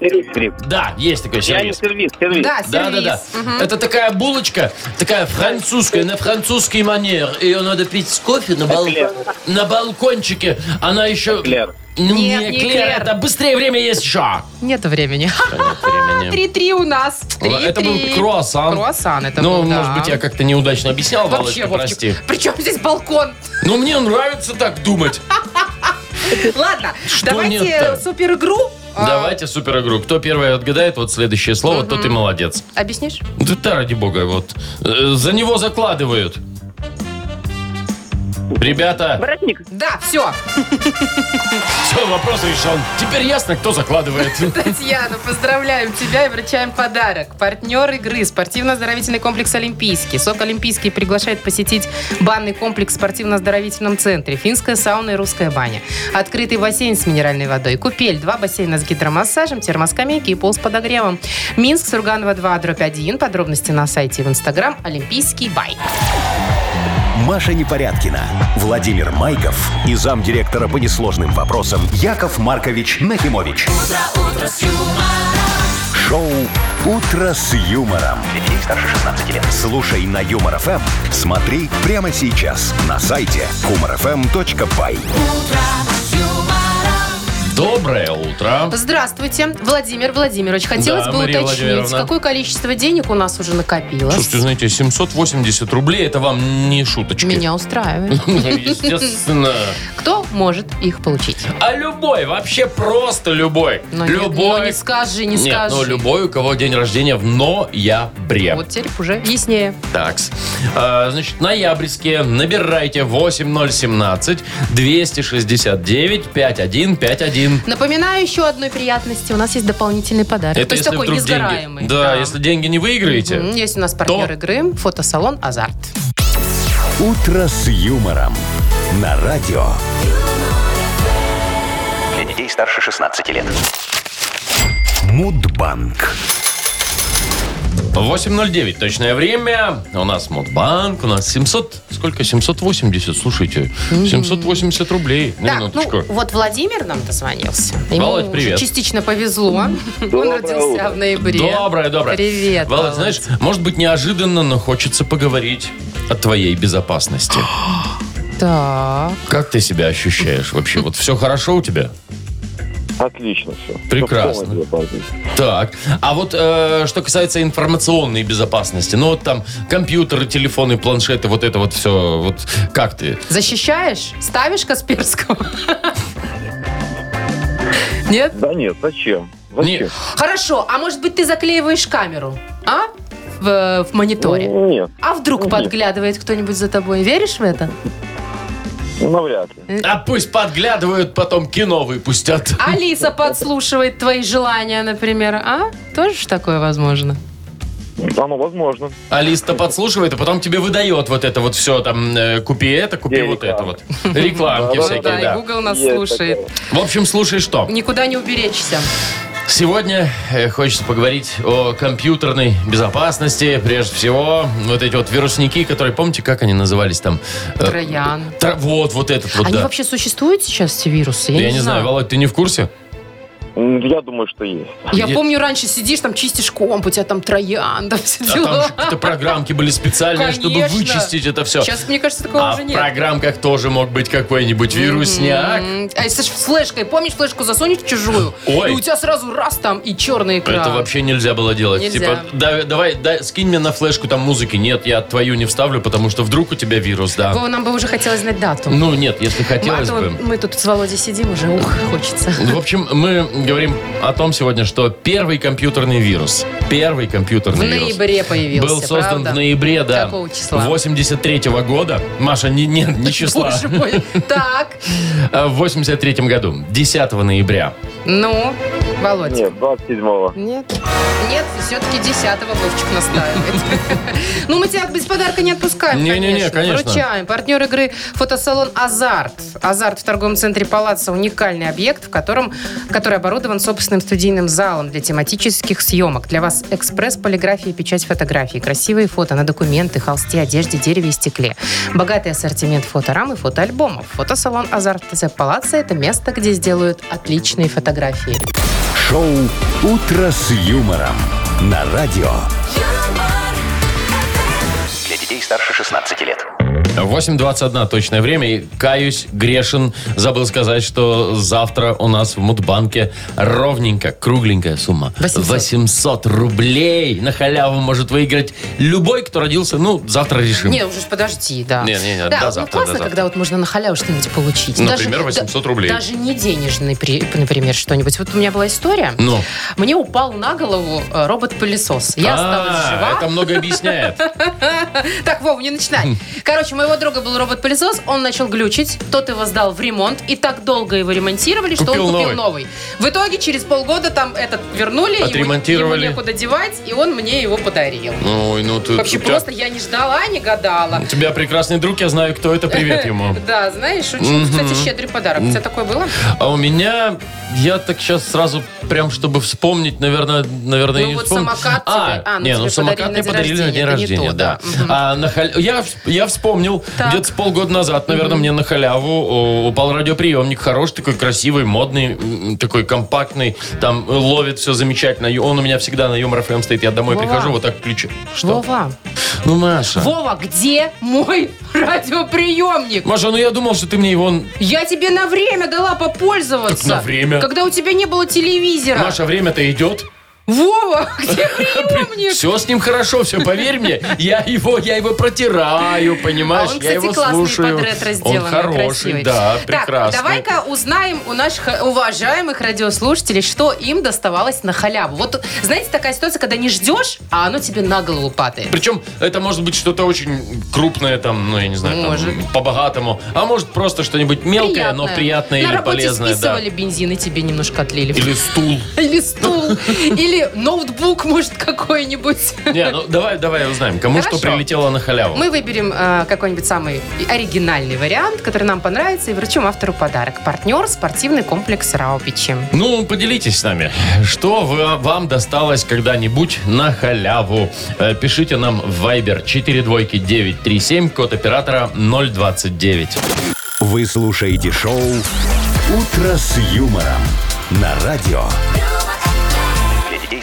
Speaker 5: Гриб.
Speaker 2: Да, есть такой
Speaker 5: Я не
Speaker 2: сервис.
Speaker 5: сервис, сервис.
Speaker 3: Да, сервис.
Speaker 2: Да, да, да. Это такая булочка, такая французская, на французский манер. Ее надо пить с кофе на, бал-
Speaker 5: Эклер.
Speaker 2: на балкончике. Она еще...
Speaker 5: Эклер.
Speaker 2: Ну,
Speaker 3: Нет,
Speaker 2: не
Speaker 3: не
Speaker 2: эклер,
Speaker 3: эклер.
Speaker 2: это быстрее время есть еще.
Speaker 3: Нет времени. Три-три у нас.
Speaker 2: Ладно, Это был
Speaker 3: Три-три.
Speaker 2: круассан.
Speaker 3: А, Круассан это
Speaker 2: Ну,
Speaker 3: был, да.
Speaker 2: может быть, я как-то неудачно объяснял,
Speaker 3: Вообще,
Speaker 2: Володь,
Speaker 3: Вовчик,
Speaker 2: прости.
Speaker 3: при чем здесь балкон?
Speaker 2: Но мне нравится так думать.
Speaker 3: Ладно,
Speaker 2: Что
Speaker 3: давайте
Speaker 2: нет-то?
Speaker 3: супер игру.
Speaker 2: Давайте супер игру. Кто первый отгадает вот следующее слово, тот и молодец.
Speaker 3: Объяснишь?
Speaker 2: Да, да, ради бога, вот. Э, За него закладывают. Ребята,
Speaker 6: Воротник.
Speaker 3: Да, все.
Speaker 2: все, вопрос решен. Теперь ясно, кто закладывает.
Speaker 3: Татьяна, поздравляем тебя и вручаем подарок. Партнер игры спортивно-оздоровительный комплекс «Олимпийский». СОК «Олимпийский» приглашает посетить банный комплекс в спортивно-оздоровительном центре. Финская сауна и русская баня. Открытый бассейн с минеральной водой. Купель, два бассейна с гидромассажем, термоскамейки и пол с подогревом. Минск, Сурганова 2, дробь 1. Подробности на сайте и в Инстаграм «Олимпийский бай».
Speaker 1: Маша Непорядкина, Владимир Майков и замдиректора по несложным вопросам Яков Маркович Нахимович. Шоу Утро с юмором. Детей старше 16 лет. Слушай на юмор ФМ. Смотри прямо сейчас на сайте humorfm.by.
Speaker 2: Доброе утро.
Speaker 3: Здравствуйте, Владимир Владимирович. Хотелось
Speaker 2: Да,
Speaker 3: бы
Speaker 2: Мария
Speaker 3: уточнить,
Speaker 2: Владимировна.
Speaker 3: какое количество денег у нас уже накопилось?
Speaker 2: Слушайте, ну, знаете, 780 рублей, это вам не шуточки. Ну,
Speaker 3: Меня устраивает.
Speaker 2: Естественно.
Speaker 3: Кто может их получить?
Speaker 2: А любой, вообще просто любой.
Speaker 3: Ну, нет, ну,
Speaker 2: любой.
Speaker 3: не скажи, не
Speaker 2: Нет,
Speaker 3: скажи.
Speaker 2: ну любой, у кого день рождения в ноябре.
Speaker 3: Вот теперь уже яснее.
Speaker 2: Такс. А, значит, ноябрьские. Набирайте 8017 269 5151.
Speaker 3: Напоминаю еще одной приятности. У нас есть дополнительный подарок. То есть такой несгораемый.
Speaker 2: деньги. Да, если деньги не выиграете.
Speaker 3: М, Есть у нас партнер
Speaker 2: То-
Speaker 3: игры, фотосалон «Азарт».
Speaker 1: Утро с юмором. На радио.
Speaker 4: Для детей старше 16 лет.
Speaker 1: Мудбанк.
Speaker 2: 8.09 точное время. У нас Модбанк, у нас 700... Сколько? 780, слушайте. 780 рублей. На
Speaker 3: Так,
Speaker 2: минуточку.
Speaker 3: ну вот Владимир нам дозвонился. Ему
Speaker 2: Володь, привет.
Speaker 3: частично повезло. Он родился в ноябре.
Speaker 2: Доброе, доброе.
Speaker 3: Привет,
Speaker 2: Володь,
Speaker 3: Володь.
Speaker 2: знаешь, может быть, неожиданно, но хочется поговорить о твоей безопасности.
Speaker 3: Так.
Speaker 2: Как ты себя ощущаешь вообще? Вот все хорошо у тебя?
Speaker 7: Отлично все.
Speaker 2: Прекрасно. Так, а вот э, что касается информационной безопасности, ну вот там компьютеры, телефоны, планшеты, вот это вот все, вот как ты?
Speaker 3: Защищаешь? Ставишь Касперского? Нет?
Speaker 7: Да нет, зачем? Зачем?
Speaker 2: Не.
Speaker 3: Хорошо, а может быть ты заклеиваешь камеру, а? В, э, в мониторе.
Speaker 7: Ну, Нет,
Speaker 3: А вдруг
Speaker 7: Мгм.
Speaker 3: подглядывает кто-нибудь за тобой? Веришь в это?
Speaker 7: ну, навряд ли.
Speaker 2: А пусть подглядывают, потом кино выпустят.
Speaker 3: Алиса подслушивает твои желания, например, а? Тоже ж такое возможно.
Speaker 7: Оно возможно.
Speaker 2: Алиса подслушивает, а потом тебе выдает вот это вот все, там, э, купи это, купи
Speaker 7: Где
Speaker 2: вот это
Speaker 7: реклама?
Speaker 2: вот. Рекламки
Speaker 7: Да-да-да.
Speaker 2: всякие,
Speaker 3: да, и
Speaker 2: да.
Speaker 3: Google нас
Speaker 7: Есть
Speaker 3: слушает.
Speaker 7: такое.
Speaker 2: В общем, слушай что.
Speaker 3: Никуда не уберечься.
Speaker 2: Сегодня э, хочется поговорить о компьютерной безопасности. Прежде всего, вот эти вот вирусники, которые, помните, как они назывались там? Э,
Speaker 3: Троян.
Speaker 2: тро- вот, вот этот вот,
Speaker 3: Они
Speaker 2: да.
Speaker 3: вообще существуют сейчас, эти вирусы?
Speaker 2: Я, не знаю, Володь, ты не в курсе?
Speaker 7: М, Я думаю, что есть.
Speaker 3: Я
Speaker 2: Я-
Speaker 3: помню, раньше сидишь, там чистишь комп, у тебя там троян, там все
Speaker 2: А там же
Speaker 3: дела.
Speaker 2: какие-то программки были специальные, чтобы
Speaker 3: Конечно.
Speaker 2: вычистить это все.
Speaker 3: Сейчас, мне кажется, такого
Speaker 2: А
Speaker 3: уже
Speaker 2: в
Speaker 3: нет.
Speaker 2: программках тоже мог быть какой-нибудь вирусняк.
Speaker 3: М, А если ж флешкой, помнишь, флешку засунешь в чужую,
Speaker 2: Ой.
Speaker 3: и у тебя сразу раз там и черный экран.
Speaker 2: Это вообще нельзя было делать.
Speaker 3: Нельзя.
Speaker 2: Типа, «Да- давай, да, скинь мне на флешку там музыки. Нет, я твою не вставлю, потому что вдруг у тебя вирус, да.
Speaker 3: Вова, нам бы уже хотелось знать дату.
Speaker 2: Ну нет, если
Speaker 3: а
Speaker 2: хотелось
Speaker 3: то
Speaker 2: бы.
Speaker 3: мы тут с Володей сидим уже, ух, хочется.
Speaker 2: В общем, мы говорим о том сегодня, что первый компьютерный вирус, первый
Speaker 3: В
Speaker 2: компьютерный вирус
Speaker 3: ноябре появился,
Speaker 2: был создан
Speaker 3: правда?
Speaker 2: в ноябре, да.
Speaker 3: Какого числа?
Speaker 2: 83 года. Маша, не, не, не числа.
Speaker 3: Боже мой. Так,
Speaker 2: А В 83 году, 10 ноября.
Speaker 3: ну, Володь.
Speaker 7: Нет, 27-го.
Speaker 3: Нет. Нет, все-таки 10-го Вовчик настаивает. Ну, мы тебя без подарка не отпускаем,
Speaker 2: Не-не-не, конечно.
Speaker 3: Вручаем. Партнер игры фотосалон «Азарт». «Азарт» в торговом центре «Палаца» уникальный объект, в котором, который оборудован собственным студийным залом для тематических съемок. Для вас экспресс, полиграфия и печать фотографий. Красивые фото на документы, холсте, одежде, дереве и стекле. Богатый ассортимент фоторам и фотоальбомов. Фотосалон «Азарт» ТЗ «Палаца» — это место, где сделают отличные фотографии.
Speaker 1: Шоу «Утро с юмором» на радио.
Speaker 4: Для детей старше 16 лет.
Speaker 2: 8.21 точное время. И каюсь, грешен. Забыл сказать, что завтра у нас в Мудбанке ровненько, кругленькая сумма.
Speaker 3: 800.
Speaker 2: 800 рублей на халяву может выиграть любой, кто родился. Ну, завтра решим.
Speaker 3: Не, уже ж подожди, да.
Speaker 2: Не, не, не, до
Speaker 3: да, ну
Speaker 2: завтра,
Speaker 3: классно,
Speaker 2: до завтра.
Speaker 3: когда вот можно на халяву что-нибудь получить.
Speaker 2: Например,
Speaker 3: да-
Speaker 2: 800 рублей.
Speaker 3: Даже не денежный, при- например, что-нибудь. Вот у меня была история.
Speaker 2: Ну.
Speaker 3: Мне упал на голову э, робот-пылесос. Я осталась
Speaker 2: А,
Speaker 3: жива.
Speaker 2: Это Хм. много объясняет.
Speaker 3: Так, Вов, не начинай. Короче, у моего друга был робот-пылесос, он начал глючить, тот его сдал в ремонт, и так долго его ремонтировали, что
Speaker 2: Купил
Speaker 3: он купил
Speaker 2: новый.
Speaker 3: новый. В итоге через полгода там этот вернули, его-
Speaker 2: Отремонтировали.
Speaker 3: ему некуда девать, и он мне его подарил.
Speaker 2: Ой, ну ты...
Speaker 3: Вообще
Speaker 2: у тебя-
Speaker 3: просто я не ждала, а не гадала.
Speaker 2: У тебя прекрасный друг, я знаю, кто это. Привет ему.
Speaker 3: Э, Да, знаешь, очень, кстати, щедрый подарок. У тебя такое было?
Speaker 2: А у меня, я так сейчас сразу, прям чтобы вспомнить, наверное, наверное,
Speaker 3: Ну
Speaker 2: не
Speaker 3: вот
Speaker 2: вспомню.
Speaker 3: самокат
Speaker 2: а,
Speaker 3: тебе- а, ну
Speaker 2: не,
Speaker 3: тебе
Speaker 2: ну самокат мне
Speaker 3: подарили на день
Speaker 2: подарили на день
Speaker 3: рождения, это не
Speaker 2: рождения,
Speaker 3: то,
Speaker 2: да.
Speaker 3: да. Мгм.
Speaker 2: А на халя- я, я вспомнил,
Speaker 3: Так.
Speaker 2: где-то с полгода назад, наверное, мне на халяву о, упал радиоприемник, хороший такой, красивый, модный, м, такой компактный, там э, ловит все замечательно. И Он у меня всегда на Юмор ФМ стоит, я домой
Speaker 3: Вова.
Speaker 2: прихожу, вот так включу. Что?
Speaker 3: Вова,
Speaker 2: Ну, Маша.
Speaker 3: Вова, где мой радиоприемник?
Speaker 2: Маша, ну я думал, что ты мне его...
Speaker 3: Я тебе на время дала попользоваться.
Speaker 2: Как на время?
Speaker 3: Когда у тебя не было телевизора.
Speaker 2: Маша, время-то идет.
Speaker 3: Вова, где приемник?
Speaker 2: Все с ним хорошо, все, поверь мне. Я его, я его протираю, понимаешь?
Speaker 3: А он,
Speaker 2: я
Speaker 3: кстати,
Speaker 2: его
Speaker 3: классный
Speaker 2: слушаю.
Speaker 3: под ретро сделанный,
Speaker 2: он хороший,
Speaker 3: красивый.
Speaker 2: да,
Speaker 3: Так, ну
Speaker 2: прекрасный.
Speaker 3: давай-ка узнаем у наших э, уважаемых радиослушателей, что им доставалось на халяву. Вот, знаете, такая ситуация, когда не ждешь, а оно тебе на голову падает.
Speaker 2: Причем это может быть что-то очень крупное, там, ну я не знаю, там,
Speaker 3: Может.
Speaker 2: по-богатому. А может просто что-нибудь мелкое, но приятное
Speaker 3: На
Speaker 2: или
Speaker 3: работе
Speaker 2: полезное, да.
Speaker 3: списывали бензин и тебе немножко отлили.
Speaker 2: Или стул.
Speaker 3: Или стул, или ноутбук, может, какой-нибудь.
Speaker 2: Не, ну давай, давай узнаем, кому что
Speaker 3: Хорошо.
Speaker 2: прилетело на халяву.
Speaker 3: Мы выберем э, какой-нибудь самый оригинальный вариант, который нам понравится, и вручим автору подарок. Партнер – спортивный комплекс «Раупичи».
Speaker 2: Ну, поделитесь с нами, что вы- вам досталось когда-нибудь на халяву. Э, Пишите нам в Viber 42937, код оператора 029.
Speaker 1: Вы слушаете шоу «Утро с юмором» на радио.
Speaker 4: Для детей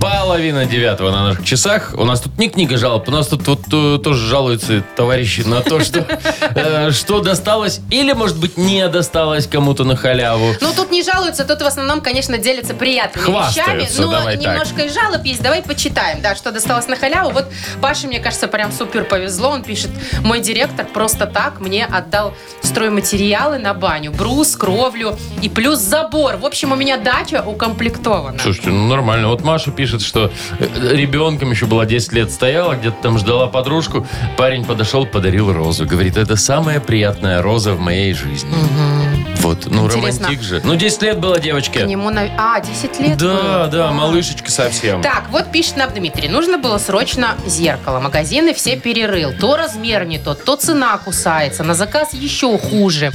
Speaker 2: Половина девятого на наших часах. У нас тут не книга жалоб, у нас тут вот э, тоже жалуются товарищи на то, что э, что досталось или, может быть, не досталось кому-то на халяву.
Speaker 3: Ну, тут не жалуются, тут в основном, конечно, делятся приятными вещами.
Speaker 2: Хвастаются,
Speaker 3: Но
Speaker 2: давай так.
Speaker 3: немножко и жалоб есть. Давай почитаем, да, что досталось на халяву. Вот Паше, мне кажется, прям супер повезло. Он пишет, мой директор просто так мне отдал стройматериалы на баню, брус, кровлю и плюс забор. В общем, у меня дача укомплектована.
Speaker 2: Слушайте, ну нормально. Вот Маша пишет, что э, ребенком еще была 10 лет стояла, где-то там ждала подружку. Парень подошел, подарил розу. Говорит, это самая приятная роза в моей жизни. Вот, ну
Speaker 3: Интересно.
Speaker 2: романтик же. Ну 10 лет была девочке.
Speaker 3: К нему на- А, 10 лет
Speaker 2: Да,
Speaker 3: было?
Speaker 2: да,
Speaker 3: А.
Speaker 2: малышечка совсем.
Speaker 3: Так, вот пишет нам Дмитрий. Нужно было срочно зеркало. Магазины все перерыл. То размер не тот, то цена кусается. На заказ еще хуже.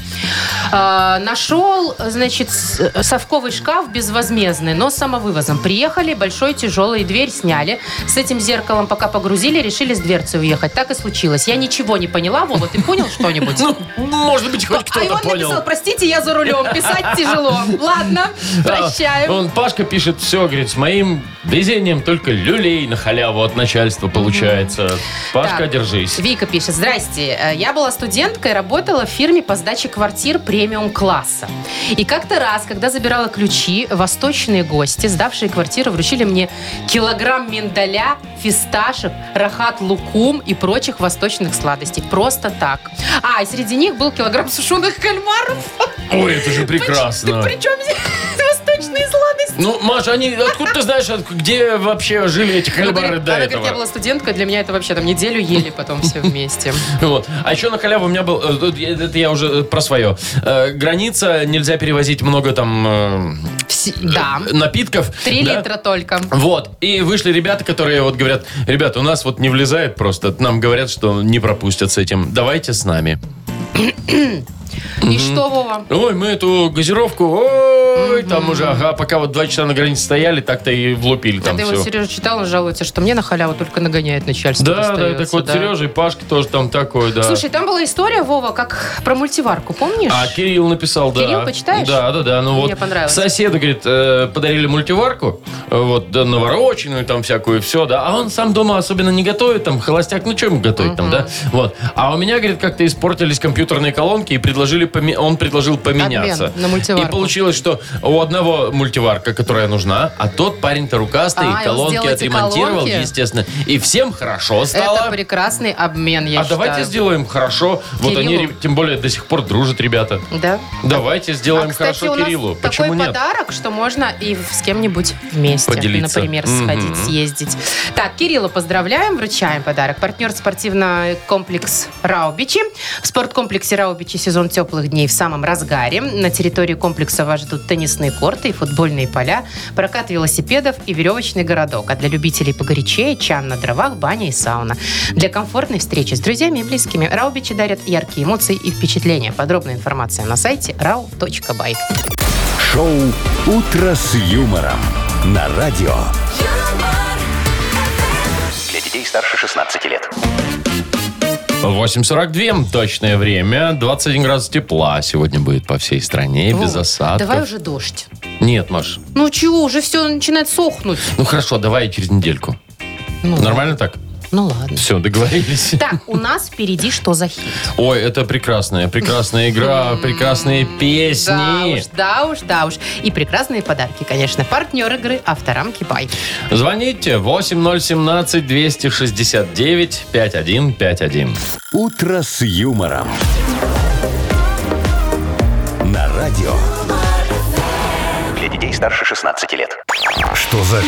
Speaker 3: А, нашел, значит, с- э, совковый шкаф безвозмездный, но с самовывозом. Приехали, большой тяжелый дверь сняли. С этим зеркалом пока погрузили, решили с дверцы уехать. Так и случилось. Я ничего не поняла. Вова, ты понял что-нибудь?
Speaker 2: Ну, может быть, хоть
Speaker 3: А и
Speaker 2: кто-то
Speaker 3: он
Speaker 2: понял.
Speaker 3: написал, простите, я за рулем, писать тяжело. Ладно,
Speaker 2: А,
Speaker 3: прощаем.
Speaker 2: Он, Пашка пишет, все, говорит, с моим везением только люлей на халяву от начальства получается. Пашка,
Speaker 3: Так.
Speaker 2: держись.
Speaker 3: Вика пишет, здрасте, э, я была студенткой, работала в фирме по сдаче квартир премиум-класса. И как-то раз, когда забирала ключи, восточные гости, сдавшие квартиры, вручили мне килограмм миндаля, фисташек, рахат лукум и прочих восточных сладостей. Просто так. А, и среди них был килограмм сушеных кальмаров.
Speaker 2: Ой, это же
Speaker 3: Так
Speaker 2: прекрасно.
Speaker 3: при чем здесь восточные сладости?
Speaker 2: Ну, Маша, они, откуда ты знаешь, от- где вообще жили эти
Speaker 3: Ну, говорит,
Speaker 2: кальмары до
Speaker 3: она говорит, я
Speaker 2: этого?
Speaker 3: была студенткой, для меня это вообще там неделю ели потом все вместе.
Speaker 2: Вот. А еще на халяву у меня был, э, тут я- это я уже э, про свое, Э, граница, нельзя перевозить много там
Speaker 3: Вс-
Speaker 2: э,
Speaker 3: Да.
Speaker 2: напитков.
Speaker 3: Три
Speaker 2: Да.
Speaker 3: литра только.
Speaker 2: Вот. И вышли ребята, которые вот говорят, ребята, у нас вот не влезает просто. Нам говорят, что не пропустят с этим. Давайте с нами.
Speaker 3: И что, Вова?
Speaker 2: Ой, мы эту газировку, ой, там уже, ага, пока вот два часа на границе стояли, так-то и влупили там
Speaker 3: Когда его
Speaker 2: все.
Speaker 3: Сережа читал, он жалуется, что мне на халяву только нагоняет начальство.
Speaker 2: Да, да,
Speaker 3: достается,
Speaker 2: так вот
Speaker 3: да.
Speaker 2: Сережа и Пашка тоже там такое, да.
Speaker 3: Слушай, там была история, Вова, как про мультиварку, помнишь?
Speaker 2: А Кирилл написал, да.
Speaker 3: Кирилл, почитаешь?
Speaker 2: Да, да, да. Ну вот
Speaker 3: Мне понравилось.
Speaker 2: соседу, говорит, э, подарили мультиварку, э, вот, да, навороченную там всякую, все, да. А он сам дома особенно не готовит, там, холостяк, ну, что ему готовить там, да? Вот. А у меня, говорит, как-то испортились компьютерные колонки и предложили, поме- он предложил поменяться.
Speaker 3: на мультиварку.
Speaker 2: И получилось, что у одного мультиварка, которая нужна, а тот парень-то рукастый,
Speaker 3: А, и он
Speaker 2: колонки
Speaker 3: сделал эти
Speaker 2: отремонтировал,
Speaker 3: колонки?
Speaker 2: естественно. И всем хорошо стало.
Speaker 3: Это прекрасный обмен, я
Speaker 2: А давайте
Speaker 3: считаю.
Speaker 2: сделаем хорошо. Вот они,
Speaker 3: Кириллу.
Speaker 2: ре- тем более, до сих пор дружат ребята.
Speaker 3: Да.
Speaker 2: Давайте
Speaker 3: А,
Speaker 2: сделаем
Speaker 3: кстати, у
Speaker 2: хорошо
Speaker 3: нас
Speaker 2: Кириллу.
Speaker 3: такой
Speaker 2: Почему нет?
Speaker 3: подарок, что можно и в- с кем-нибудь вместе,
Speaker 2: Поделиться.
Speaker 3: например, сходить,
Speaker 2: Мгм.
Speaker 3: съездить. Так, Кирилла поздравляем, вручаем подарок. Партнер спортивный комплекс Раубичи. В спорткомплексе Раубичи сезон теплых дней в самом разгаре. На территории комплекса вас ждут теннисные корты и футбольные поля, прокат велосипедов и веревочный городок. А для любителей погорячее чан на дровах, баня и сауна. Для комфортной встречи с друзьями и близкими Раубичи дарят яркие эмоции и впечатления. Подробная информация на сайте rau.by.
Speaker 1: Шоу «Утро с юмором» на радио.
Speaker 4: Для детей старше 16 лет.
Speaker 2: 8.42 точное время. 21 градус тепла сегодня будет по всей стране, без
Speaker 3: О,
Speaker 2: осадков.
Speaker 3: Давай уже дождь.
Speaker 2: Нет, Маш.
Speaker 3: Ну чего, уже все начинает сохнуть.
Speaker 2: Ну хорошо, давай через недельку.
Speaker 3: Ну,
Speaker 2: Нормально так?
Speaker 3: Ну ладно.
Speaker 2: Все, договорились.
Speaker 3: Так, у нас впереди что за хит?
Speaker 2: Ой, это прекрасная, прекрасная игра, прекрасные
Speaker 3: М-м. Да
Speaker 2: песни.
Speaker 3: уж, да уж, да уж. И прекрасные подарки, конечно. Партнер игры «Авторамки Бай».
Speaker 2: Звоните 8017-269-5151.
Speaker 1: «Утро с юмором». На радио.
Speaker 4: Для детей старше 16 лет.
Speaker 1: Что за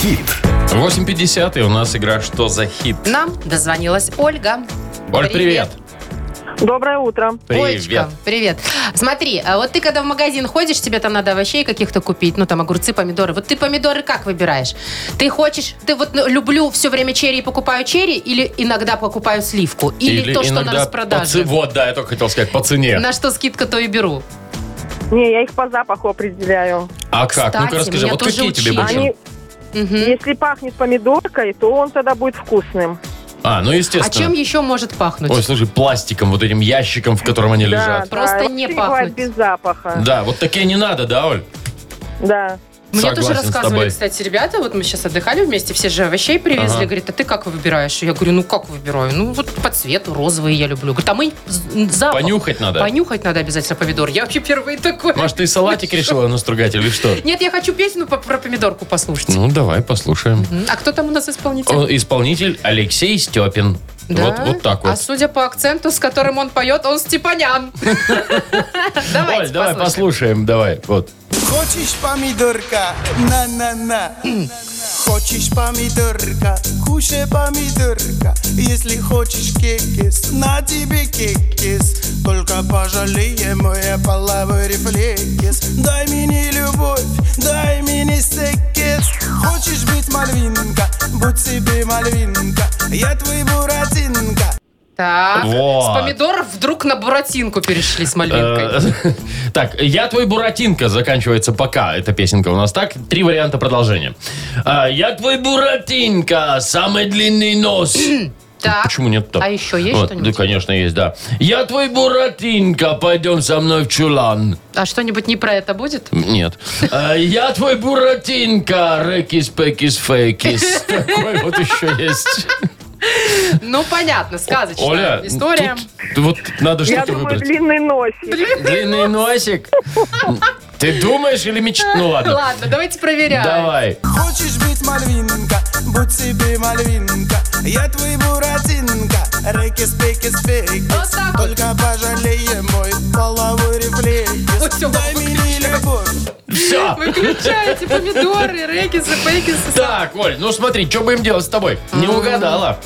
Speaker 1: хит?
Speaker 2: 8.50 и у нас игра «Что за хит?».
Speaker 3: Нам дозвонилась Ольга.
Speaker 2: Оль, привет.
Speaker 6: Доброе утро.
Speaker 2: Привет.
Speaker 3: Олечка, привет. Смотри, а вот ты когда в магазин ходишь, тебе там надо овощей каких-то купить, ну там огурцы, помидоры. Вот ты помидоры как выбираешь? Ты хочешь, ты вот ну, люблю все время черри и покупаю черри, или иногда покупаю сливку, или, то, что на
Speaker 2: иногда по
Speaker 3: распродаже?
Speaker 2: ц- Вот, да, я только хотел сказать, по цене.
Speaker 3: На что скидка, то и беру.
Speaker 6: Не, я их по запаху определяю.
Speaker 2: А как?
Speaker 3: Кстати,
Speaker 2: Ну-ка расскажи,
Speaker 3: меня
Speaker 2: вот
Speaker 3: тоже
Speaker 2: какие тебе
Speaker 3: учили.
Speaker 2: больше?
Speaker 6: Они,
Speaker 3: Мгм.
Speaker 6: если пахнет помидоркой, то он тогда будет вкусным.
Speaker 2: А, ну
Speaker 3: А чем
Speaker 2: естественно.
Speaker 3: еще может пахнуть?
Speaker 2: Ой, слушай, пластиком, вот этим ящиком, в котором они лежат.
Speaker 3: Просто
Speaker 6: вообще
Speaker 3: не
Speaker 6: бывает
Speaker 3: пахнет.
Speaker 6: без запаха.
Speaker 2: Да, вот такие не надо, да, Оль?
Speaker 6: Да.
Speaker 3: Мне тоже
Speaker 2: Согласен с
Speaker 3: рассказывали,
Speaker 2: тобой.
Speaker 3: кстати, ребята, вот мы сейчас отдыхали вместе, все же овощей привезли,
Speaker 2: Ага.
Speaker 3: говорит, а ты как выбираешь? Я говорю, ну как выбираю? Ну вот по цвету розовые я люблю. Говорит, а мы з- запах.
Speaker 2: Понюхать надо.
Speaker 3: Понюхать надо обязательно помидор. Я вообще первый такой.
Speaker 2: Маш, ты салатик решила настругать или что?
Speaker 3: Нет, я хочу песню по- про помидорку послушать.
Speaker 2: Ну, давай послушаем.
Speaker 3: М, А кто там у нас исполнитель?
Speaker 2: О, Исполнитель Алексей Степин. Вот, вот так
Speaker 3: А
Speaker 2: вот.
Speaker 3: судя по акценту, с которым он поет, он степанян.
Speaker 2: Оль,
Speaker 3: Давайте
Speaker 2: давай
Speaker 3: послушаем.
Speaker 2: послушаем, давай. Вот.
Speaker 8: Хочешь помидорка? На-на-на. Хочешь помидорка? Кушай помидорка. Если хочешь кекис, на тебе кекис. Только пожалей мой половой рефлекс. Дай мне любовь, дай мне секс. Хочешь быть мальвинка? Будь себе мальвинка. Я твой буратинка.
Speaker 3: Так,
Speaker 2: Вот.
Speaker 3: с помидоров вдруг на буратинку перешли с мальвинкой.
Speaker 2: Э, Так, «Я твой Буратинка» заканчивается пока. Эта песенка у нас так. Три варианта продолжения. А, «Я твой Буратинка, самый длинный нос».
Speaker 3: Так.
Speaker 2: Почему нет так?
Speaker 3: А еще есть
Speaker 2: Вот,
Speaker 3: что-нибудь?
Speaker 2: Да, конечно, есть, да. «Я твой Буратинка, пойдем со мной в чулан».
Speaker 3: А что-нибудь не про это будет?
Speaker 2: Нет. А, «Я твой Буратинка, рэкис-пэкис-фэкис». Такой вот еще есть.
Speaker 3: Ну, понятно, сказочная
Speaker 2: Оля, ну,
Speaker 3: история.
Speaker 2: тут- вот надо
Speaker 6: Я
Speaker 2: что-то
Speaker 6: думаю,
Speaker 2: выбрать.
Speaker 6: длинный носик.
Speaker 2: Длинный носик. Ты думаешь или мечтаешь? Ну ладно.
Speaker 3: Ладно, давайте проверяем.
Speaker 2: Давай.
Speaker 8: Хочешь быть мальвинка, будь себе мальвинка Я твой буратинка, рэкис, пекис,
Speaker 3: Вот
Speaker 8: фекис
Speaker 3: так вот.
Speaker 8: Только пожалей мой половой
Speaker 3: Ой,
Speaker 8: рефлекс
Speaker 3: всё,
Speaker 8: Дай
Speaker 3: выключай.
Speaker 8: мне любовь
Speaker 2: Все.
Speaker 3: Выключайте помидоры, регисы, пегисы.
Speaker 2: Так, Оль, ну смотри, что будем делать с тобой? Не угадала.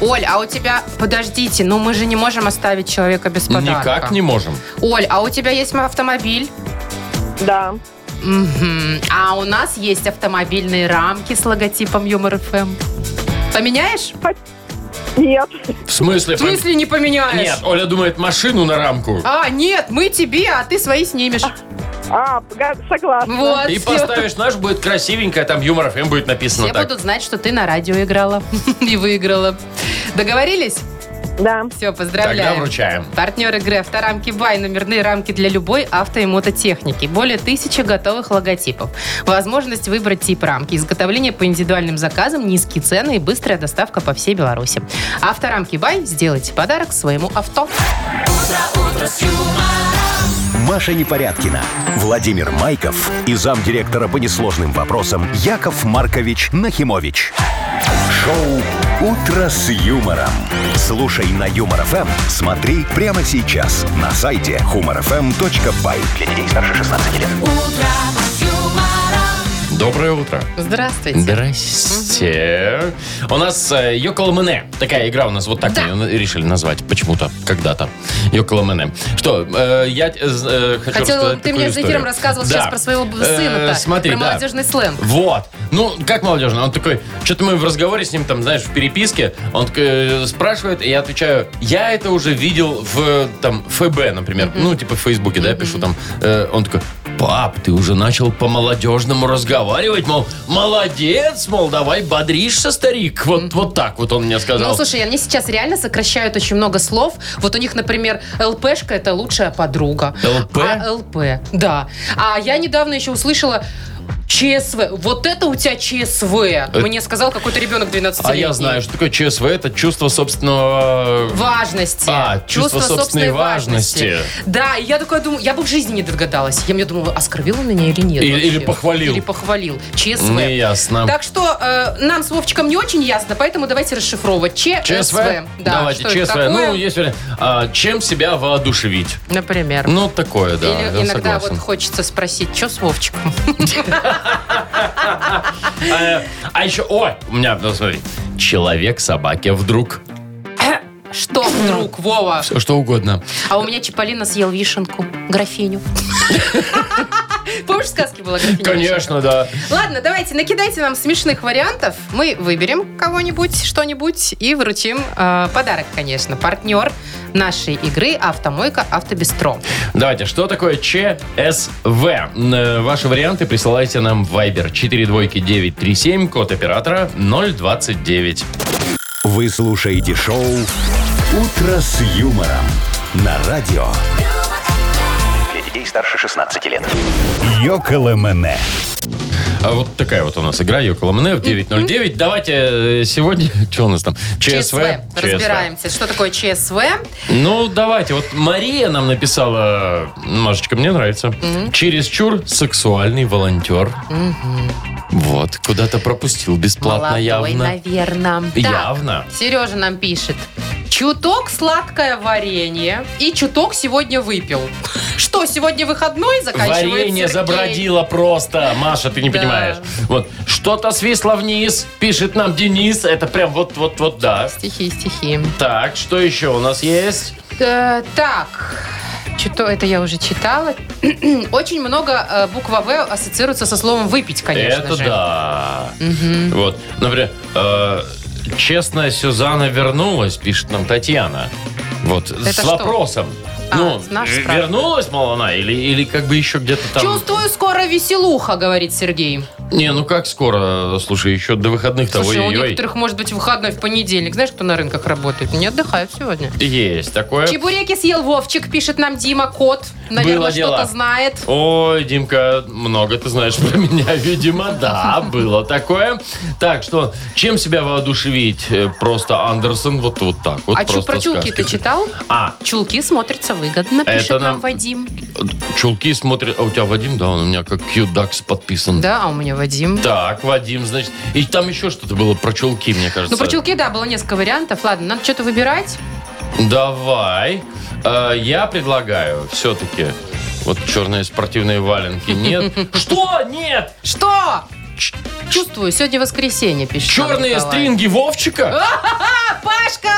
Speaker 3: Оль, а у тебя... Подождите, ну мы же не можем оставить человека без подарка.
Speaker 2: Никак не можем.
Speaker 3: Оль, а у тебя есть автомобиль?
Speaker 6: Да.
Speaker 3: Мгм. А у нас есть автомобильные рамки с логотипом Юмор ФМ. Поменяешь?
Speaker 6: Нет.
Speaker 2: В смысле?
Speaker 3: В смысле не поменяешь?
Speaker 2: Нет, Оля думает машину на рамку.
Speaker 3: А, нет, мы тебе, а ты свои снимешь.
Speaker 6: А, пога- согласна.
Speaker 3: Вот.
Speaker 2: И
Speaker 3: а всё.
Speaker 2: поставишь наш, будет красивенькая, там юмор ФМ будет написано
Speaker 3: Все
Speaker 2: так.
Speaker 3: будут знать, что ты на радио играла и выиграла. Договорились?
Speaker 6: Да.
Speaker 3: Все, поздравляем.
Speaker 2: Тогда вручаем.
Speaker 3: Партнер игры «Авторамки Бай» – номерные рамки для любой авто и мототехники. Более тысячи готовых логотипов. Возможность выбрать тип рамки. Изготовление по индивидуальным заказам, низкие цены и быстрая доставка по всей Беларуси. «Авторамки Бай» – сделайте подарок своему авто.
Speaker 1: Маша Непорядкина, Владимир Майков и замдиректора по несложным вопросам Яков Маркович Нахимович. Шоу «Утро с юмором». Слушай на Юмор ФМ, смотри прямо сейчас на сайте humorfm.by.
Speaker 4: Для детей старше 16 лет.
Speaker 2: Доброе утро.
Speaker 3: Здравствуйте.
Speaker 2: Здрасте. У нас э, Йокола Мене. Такая игра у нас, вот так
Speaker 3: Да.
Speaker 2: мы ее решили назвать почему-то, когда-то. Йокола Мене. Что, э, я э, з- э, хочу
Speaker 3: Хотела,
Speaker 2: рассказать
Speaker 3: ты
Speaker 2: такую
Speaker 3: мне за
Speaker 2: историю.
Speaker 3: эфиром рассказывал
Speaker 2: Да.
Speaker 3: сейчас про своего б-
Speaker 2: Э,
Speaker 3: сына-то.
Speaker 2: смотри,
Speaker 3: про
Speaker 2: да.
Speaker 3: молодежный сленг.
Speaker 2: Вот. Ну, как молодежно? Он такой, что-то мы в разговоре с ним, там, знаешь, в переписке, он такой, э, спрашивает, и я отвечаю, я это уже видел в, э, там, ФБ, например. Ну, типа в Фейсбуке, да, я пишу там. Э, он такой, пап, ты уже начал по-молодежному разговаривать, мол, молодец, мол, давай бодришься, старик. Вот, вот так вот он мне сказал.
Speaker 3: Ну, слушай, они сейчас реально сокращают очень много слов. Вот у них, например, ЛПшка – это лучшая подруга.
Speaker 2: ЛП?
Speaker 3: А, ЛП, да. А я недавно еще услышала ЧСВ. Вот это у тебя ЧСВ. Мне сказал какой-то ребенок 12
Speaker 2: Э, а я знаю, что такое ЧСВ, это чувство собственного...
Speaker 3: Важности.
Speaker 2: А, чувство собственной важности.
Speaker 3: Да, и я такая думаю, я бы в жизни не догадалась. Я мне думала, оскорбил он меня или нет?
Speaker 2: Или-
Speaker 3: вообще?
Speaker 2: или похвалил.
Speaker 3: Или похвалил. ЧСВ.
Speaker 2: Не ясно.
Speaker 3: Так что э, нам с Вовчиком не очень ясно, поэтому давайте расшифровывать. ЧСВ.
Speaker 2: ЧСВ?
Speaker 3: Да,
Speaker 2: Давайте,
Speaker 3: что это
Speaker 2: ЧСВ.
Speaker 3: такое?
Speaker 2: Ну, есть вариант. А, чем себя воодушевить?
Speaker 3: Например.
Speaker 2: Ну, такое, да.
Speaker 3: Или
Speaker 2: я
Speaker 3: иногда
Speaker 2: согласен.
Speaker 3: вот хочется спросить, что с Вовчиком?
Speaker 2: А, а еще, о, у меня, ну, смотри, человек собаке вдруг.
Speaker 3: Что вдруг, Вова?
Speaker 2: Все что угодно.
Speaker 3: А у меня Чиполлино съел вишенку, графиню. Помнишь, в сказке была графиня?
Speaker 2: Конечно, да.
Speaker 3: Вишенка? Ладно, давайте, накидайте нам смешных вариантов. Мы выберем кого-нибудь, что-нибудь и вручим э, подарок, конечно. Партнер нашей игры «Автомойка Автобестро».
Speaker 2: Давайте, что такое ЧСВ? М, э, Ваши варианты присылайте нам в Viber 42937, код оператора 029.
Speaker 1: Вы слушаете шоу «Утро с юмором» на радио
Speaker 4: Для детей старше 16 лет.
Speaker 1: «Йоколэмэне».
Speaker 2: А вот такая вот у нас игра Йокола в 909. Давайте э, сегодня, что у нас там? ЧСВ.
Speaker 3: Разбираемся, что такое ЧСВ.
Speaker 2: Ну, давайте. Вот Мария нам написала, Машечка, мне нравится, чересчур сексуальный волонтер. Вот, куда-то пропустил бесплатно
Speaker 3: Молодой,
Speaker 2: явно.
Speaker 3: наверное.
Speaker 2: Явно.
Speaker 3: Сережа нам пишет. Чуток сладкое варенье и чуток сегодня выпил. Что, сегодня выходной заканчивается?
Speaker 2: Варенье забродило просто. Маша, ты не
Speaker 3: Да.
Speaker 2: понимаешь. Вот, что-то свисло вниз, пишет нам Денис. Это прям вот-вот-вот, да.
Speaker 3: Стихи, стихи.
Speaker 2: Так, что еще у нас есть?
Speaker 3: Э, так, что это я уже читала. Очень много э, буква «В» ассоциируется со словом «выпить», конечно
Speaker 2: Это
Speaker 3: же.
Speaker 2: да. Вот, например, э, честная Сюзанна вернулась, пишет нам Татьяна. Вот, с
Speaker 3: что?
Speaker 2: вопросом.
Speaker 3: А,
Speaker 2: ну,
Speaker 3: наш
Speaker 2: э,
Speaker 3: справка.
Speaker 2: вернулась, мол, она, или, или как бы еще где-то там...
Speaker 3: Чувствую, скоро веселуха, говорит Сергей.
Speaker 2: Не, ну как скоро? Слушай, еще до выходных того
Speaker 3: Слушай, а у
Speaker 2: ой-ой-ой.
Speaker 3: некоторых может быть выходной в понедельник. Знаешь, кто на рынках работает? Не отдыхают сегодня.
Speaker 2: Есть такое.
Speaker 3: Чебуреки съел Вовчик, пишет нам Дима Кот. Наверное,
Speaker 2: Было дело.
Speaker 3: что-то знает.
Speaker 2: Ой, Димка, много ты знаешь про меня, видимо. Да, было такое. Так, что, чем себя воодушевить? Э, Просто Андерсон вот, вот так. Вот
Speaker 3: а чё,
Speaker 2: просто
Speaker 3: про чулки ты
Speaker 2: сказки.
Speaker 3: читал?
Speaker 2: А,
Speaker 3: Чулки смотрятся выгодно,
Speaker 2: Это
Speaker 3: пишет нам
Speaker 2: нам-
Speaker 3: Вадим.
Speaker 2: чулки смотрят... А у тебя Вадим, да, он у меня как Q-Dax подписан.
Speaker 3: Да, а у меня Вадим.
Speaker 2: Так, Вадим, значит... И там еще что-то было про чулки, мне кажется.
Speaker 3: Ну, про чулки, да, было несколько вариантов. Ладно, надо что-то выбирать.
Speaker 2: Давай. Э, я предлагаю все-таки... Вот черные спортивные валенки. Нет. Что? Нет!
Speaker 3: Что? Чувствую, сегодня воскресенье, пишет нам
Speaker 2: Черные
Speaker 3: Николай.
Speaker 2: стринги Вовчика?
Speaker 3: А? Пашка!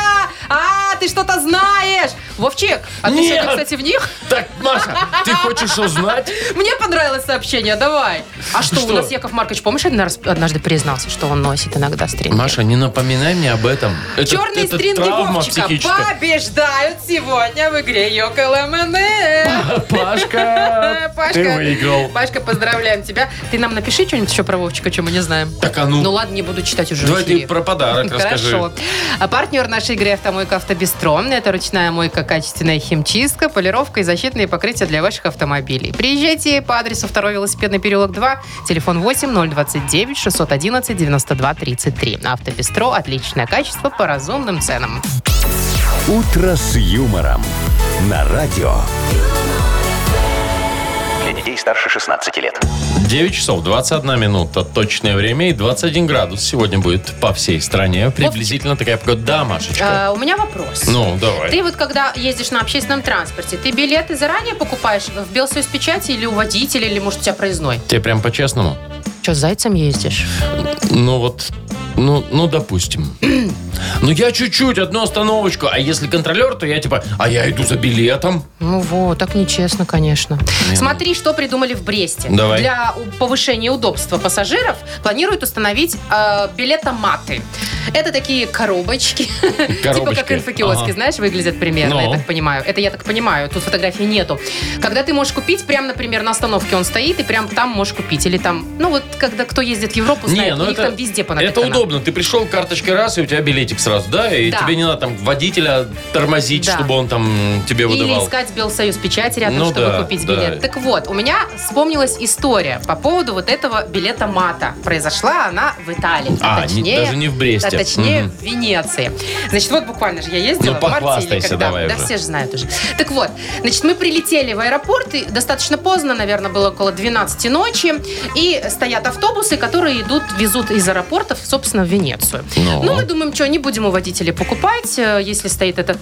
Speaker 3: А, ты что-то знаешь! Вовчик, а ты
Speaker 2: Нет!
Speaker 3: сегодня, кстати, в них?
Speaker 2: Так, Маша, ты хочешь узнать?
Speaker 3: Мне понравилось сообщение, давай. А что, у
Speaker 2: Что?
Speaker 3: нас Яков Маркович, помнишь, одна раз- однажды признался, что он носит иногда стринги?
Speaker 2: Маша, не напоминай мне об этом. Это-
Speaker 3: Черные
Speaker 2: это
Speaker 3: стринги
Speaker 2: травма
Speaker 3: Вовчика
Speaker 2: психическая.
Speaker 3: побеждают сегодня в игре Йокол МНМ.
Speaker 2: Пашка, ты
Speaker 3: Пашка,
Speaker 2: выиграл.
Speaker 3: Пашка, поздравляем тебя. Ты нам напиши что-нибудь еще про Вовчика, чего мы не знаем.
Speaker 2: Так, а ну,
Speaker 3: Ну ладно, не буду читать уже. в
Speaker 2: давай ты
Speaker 3: эфире.
Speaker 2: про подарок расскажи.
Speaker 3: Хорошо. А партнер нашей игры «Автомойка Автобестро» – это ручная мойка, качественная химчистка, полировка и защитные покрытия для ваших автомобилей. Приезжайте по адресу 2 велосипедный переулок 2, телефон 8 029 611 92 33. «Автобестро» – отличное качество по разумным ценам.
Speaker 1: «Утро с юмором» на радио.
Speaker 4: Для детей старше 16 лет.
Speaker 2: 9 часов 21 минута, точное время, и 21 градус сегодня будет по всей стране. Приблизительно такая погода. Да, Машечка.
Speaker 3: А, у меня вопрос.
Speaker 2: Ну, давай.
Speaker 3: Ты вот когда ездишь на общественном транспорте, ты билеты заранее покупаешь в Белсоюзпечати или у водителя, или, может, у тебя проездной?
Speaker 2: Тебе прям по-честному?
Speaker 3: Че, зайцем ездишь?
Speaker 2: Ну вот, ну, ну допустим. Ну я чуть-чуть, одну остановочку. А если контролер, то я типа, а я иду за билетом.
Speaker 3: Ну вот, так нечестно, конечно. Смотри, что придумали в Бресте.
Speaker 2: ну. Давай.
Speaker 3: Для у- повышения удобства пассажиров планируют установить э, билетоматы. Это такие коробочки, типа как
Speaker 2: Коробочки.
Speaker 3: инфокиоски,
Speaker 2: Ага.
Speaker 3: знаешь, выглядят примерно,
Speaker 2: Ну.
Speaker 3: я так понимаю. Это я так понимаю, тут фотографий нету. Когда ты можешь купить, прям, например, на остановке он стоит, и прям там можешь купить. Или там, ну вот, когда кто ездит в Европу,
Speaker 2: Не,
Speaker 3: знает,
Speaker 2: ну
Speaker 3: у них
Speaker 2: это-
Speaker 3: там везде
Speaker 2: Это
Speaker 3: понапихано.
Speaker 2: удобно. Ты пришел карточкой раз, и у тебя билетик сразу, да? И
Speaker 3: Да.
Speaker 2: тебе не надо там водителя тормозить,
Speaker 3: Да.
Speaker 2: чтобы он там тебе
Speaker 3: Или
Speaker 2: выдавал.
Speaker 3: искать Белсоюз печать рядом,
Speaker 2: Ну
Speaker 3: чтобы
Speaker 2: да,
Speaker 3: купить
Speaker 2: да.
Speaker 3: билет. Так вот, у меня вспомнилась история по поводу вот этого билета мата. Произошла она в Италии.
Speaker 2: А, не- даже не в Бресте.
Speaker 3: А точнее,
Speaker 2: Мгм.
Speaker 3: в Венеции. Значит, вот буквально же я ездила
Speaker 2: Ну,
Speaker 3: в марте или
Speaker 2: похвастайся
Speaker 3: когда.
Speaker 2: давай
Speaker 3: да,
Speaker 2: уже.
Speaker 3: все же знают уже. Так вот, значит, мы прилетели в аэропорт, и достаточно поздно, наверное, было около 12 ночи, и стоят автобусы, которые идут, везут из аэропортов, собственно, в Венецию.
Speaker 2: Ну.
Speaker 3: Ну, мы думаем, что не будем у водителя покупать, э, если стоит этот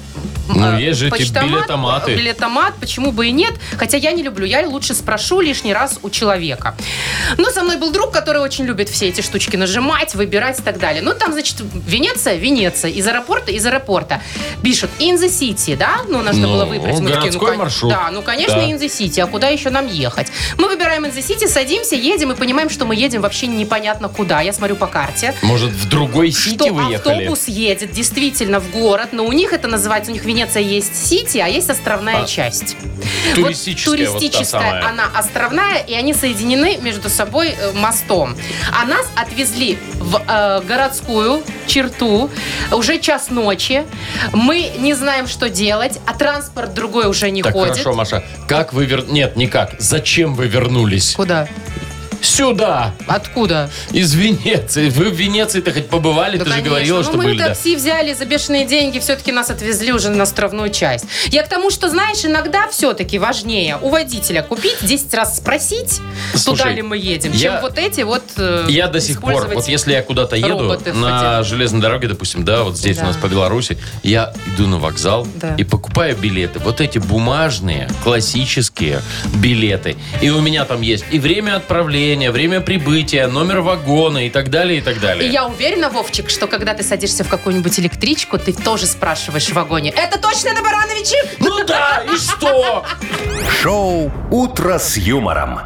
Speaker 2: Ну,
Speaker 3: э,
Speaker 2: есть же эти
Speaker 3: почтомат,
Speaker 2: билетоматы.
Speaker 3: э, Билетомат, почему бы и нет. Хотя я не люблю, я лучше спрошу лишний раз у человека. Но со мной был друг, который очень любит все эти штучки нажимать, выбирать и так далее. Ну, там, значит, Венеция, Венеция, из аэропорта, из аэропорта. Пишут in the city, да? Ну, надо
Speaker 2: Ну,
Speaker 3: было выбрать. Мы такие,
Speaker 2: городской
Speaker 3: кон-
Speaker 2: маршрут.
Speaker 3: Да, ну, конечно,
Speaker 2: Да.
Speaker 3: in the city. А куда еще нам ехать? Мы выбираем in the city, садимся, едем и понимаем, что мы едем вообще непонятно куда. Я смотрю по карте
Speaker 2: Может, в другой сити
Speaker 3: что
Speaker 2: выехали?
Speaker 3: автобус едет действительно в город, но у них это называется, у них Венеция есть сити, а есть островная
Speaker 2: А,
Speaker 3: часть.
Speaker 2: туристическая вот та
Speaker 3: туристическая,
Speaker 2: самая.
Speaker 3: она островная, и они соединены между собой э, мостом. А нас отвезли в э, городскую черту, уже час ночи, мы не знаем, что делать, а транспорт другой уже не
Speaker 2: Так,
Speaker 3: ходит.
Speaker 2: хорошо, Маша. Как вы вер... Нет, никак. Зачем вы вернулись?
Speaker 3: Куда?
Speaker 2: Сюда,
Speaker 3: Откуда?
Speaker 2: из Венеции. Вы в Венеции-то хоть побывали?
Speaker 3: Да,
Speaker 2: Ты же
Speaker 3: конечно.
Speaker 2: говорила,
Speaker 3: Ну,
Speaker 2: что
Speaker 3: мы
Speaker 2: были. да.
Speaker 3: такси взяли за бешеные деньги, все-таки нас отвезли уже на островную часть. Я к тому, что, знаешь, иногда все-таки важнее у водителя купить, 10 раз спросить, туда
Speaker 2: Слушай,
Speaker 3: ли мы едем,
Speaker 2: я-
Speaker 3: чем вот эти вот э,
Speaker 2: Я до сих пор,
Speaker 3: использовать
Speaker 2: вот если я куда-то еду
Speaker 3: роботы
Speaker 2: на
Speaker 3: хотя бы.
Speaker 2: железной дороге, допустим, да, вот здесь
Speaker 3: Да.
Speaker 2: у нас по Беларуси, я иду на вокзал
Speaker 3: Да.
Speaker 2: и покупаю билеты. Вот эти бумажные, классические билеты. И у меня там есть и время отправления, время прибытия, номер вагона и так далее, и так
Speaker 3: И
Speaker 2: далее.
Speaker 3: я уверена, Вовчик, что когда ты садишься в какую-нибудь электричку, ты тоже спрашиваешь в вагоне, это точно на Барановичи?
Speaker 2: Ну да, и что?
Speaker 1: Шоу «Утро с юмором».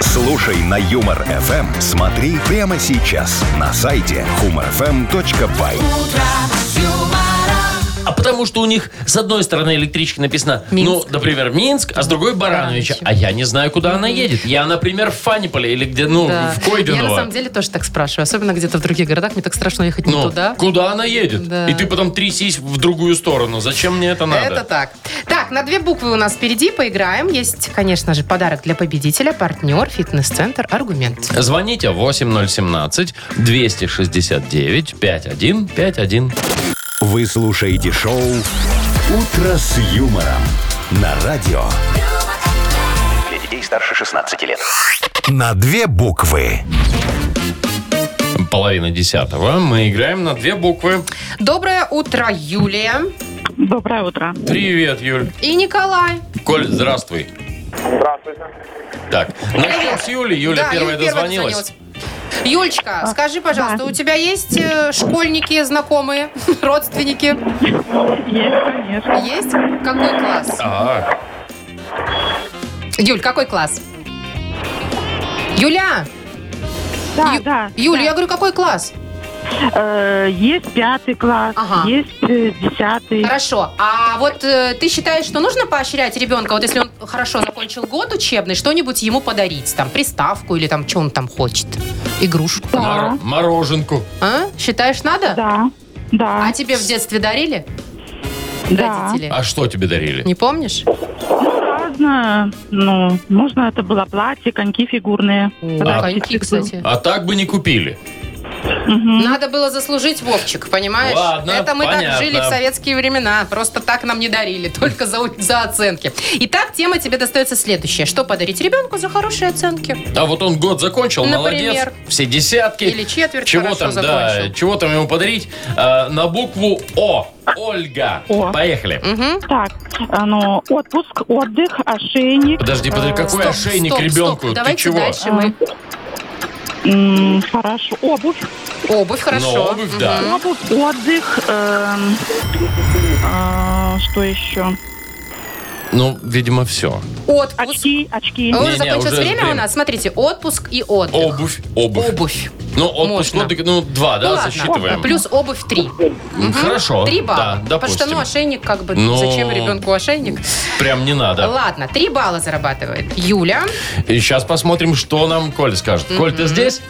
Speaker 1: Слушай на Юмор ФМ. Смотри прямо сейчас на сайте humorfm.by.
Speaker 2: А потому что у них с одной стороны электричка написано, ну,
Speaker 3: Минск.
Speaker 2: например, Минск, а с другой Барановича.
Speaker 3: Барановича.
Speaker 2: А я не знаю, куда она едет. Я, например, в Фаниполе или где, ну,
Speaker 3: Да.
Speaker 2: в Койденово.
Speaker 3: Я на самом деле тоже так спрашиваю, особенно где-то в других городах, мне так страшно ехать не
Speaker 2: Ну,
Speaker 3: туда.
Speaker 2: куда она едет?
Speaker 3: Да.
Speaker 2: И ты потом трясись в другую сторону. Зачем мне это надо?
Speaker 3: Это так. Так, на две буквы у нас впереди поиграем. Есть, конечно же, подарок для победителя, партнер, фитнес-центр, аргумент.
Speaker 2: Звоните 8017-269-5151.
Speaker 1: Вы слушаете шоу «Утро с юмором» на радио.
Speaker 4: Для детей старше 16 лет.
Speaker 1: На две буквы.
Speaker 2: Половина десятого. Мы играем на две буквы.
Speaker 3: Доброе утро, Юлия
Speaker 6: Доброе утро.
Speaker 2: Привет, Юль.
Speaker 3: и Николай.
Speaker 2: Коль, здравствуй. Здравствуйте. Так, начнем с Юли. Юля
Speaker 3: Да,
Speaker 2: первая
Speaker 3: Юль первая
Speaker 2: дозвонилась.
Speaker 3: дозвонилась. Юлечка,
Speaker 6: А,
Speaker 3: скажи, пожалуйста, у тебя есть э, школьники, знакомые, родственники?
Speaker 6: Есть, конечно.
Speaker 3: Есть? Какой класс?
Speaker 2: А,
Speaker 3: Юль, какой класс? Юля!
Speaker 6: Да,
Speaker 3: Ю-
Speaker 6: да.
Speaker 3: Юль, я говорю, какой класс?
Speaker 6: Э, есть пятый класс,
Speaker 3: Ага.
Speaker 6: есть э, десятый.
Speaker 3: Хорошо. А вот э, ты считаешь, что нужно поощрять ребенка, вот если он хорошо закончил год учебный, что-нибудь ему подарить? Там приставку или там, что он там хочет? Игрушку?
Speaker 2: мор- мороженку.
Speaker 3: А? Считаешь, надо?
Speaker 6: Да, да,
Speaker 3: А тебе в детстве дарили?
Speaker 6: Да.
Speaker 3: Родители?
Speaker 2: А что тебе дарили?
Speaker 3: Не помнишь?
Speaker 6: разное. Ну, можно это было платье, коньки фигурные.
Speaker 3: Да,
Speaker 2: а-
Speaker 3: коньки, кстати.
Speaker 2: А так бы не купили.
Speaker 6: Мгм.
Speaker 3: Надо было заслужить Вовчик, понимаешь?
Speaker 2: Ладно,
Speaker 3: Это мы
Speaker 2: понятно.
Speaker 3: так жили в советские времена. Просто так нам не дарили, только за, за оценки. Итак, тема тебе достается следующая. Что подарить ребенку за хорошие оценки?
Speaker 2: А вот он год закончил,
Speaker 3: Например.
Speaker 2: молодец. Все десятки.
Speaker 3: Или четверть
Speaker 2: Чего
Speaker 3: хорошо
Speaker 2: там, да,
Speaker 3: закончил.
Speaker 2: чего там ему подарить? А, на букву О. Ольга.
Speaker 6: О.
Speaker 2: Поехали.
Speaker 3: Мгм.
Speaker 6: Так, а, ну, отпуск, отдых, ошейник.
Speaker 2: Подожди, подожди,
Speaker 6: Э,
Speaker 2: какой
Speaker 3: Стоп,
Speaker 2: ошейник
Speaker 3: стоп, стоп.
Speaker 2: ребенку? Ты
Speaker 3: Давайте
Speaker 2: чего?
Speaker 3: дальше мы.
Speaker 6: м, Хорошо. Обувь,
Speaker 3: Обувь,
Speaker 2: Ну,
Speaker 3: хорошо.
Speaker 2: обувь, да.
Speaker 3: Мгм.
Speaker 6: обувь, отдых. эм, а, Что еще?
Speaker 2: Ну, видимо, все.
Speaker 3: Отпуск.
Speaker 6: Очки, очки.
Speaker 3: Уже
Speaker 2: Не-не,
Speaker 3: закончилось
Speaker 2: уже
Speaker 3: время,
Speaker 2: время.
Speaker 3: у нас. Смотрите, отпуск и отдых.
Speaker 2: Обувь, обувь.
Speaker 3: Обувь.
Speaker 2: Ну, отпуск,
Speaker 3: Можно.
Speaker 2: отдых, ну, два, да,
Speaker 3: Ну, ладно.
Speaker 2: засчитываем.
Speaker 3: Плюс обувь три.
Speaker 2: М, Хорошо.
Speaker 3: Три балла.
Speaker 2: Да,
Speaker 3: Потому что, ну,
Speaker 2: допустим.
Speaker 3: ошейник, как бы,
Speaker 2: Ну,
Speaker 3: зачем ребенку ошейник?
Speaker 2: Прям не надо.
Speaker 3: Ладно, три балла зарабатывает Юля.
Speaker 2: И сейчас посмотрим, что нам Коль скажет. Коль, ты здесь?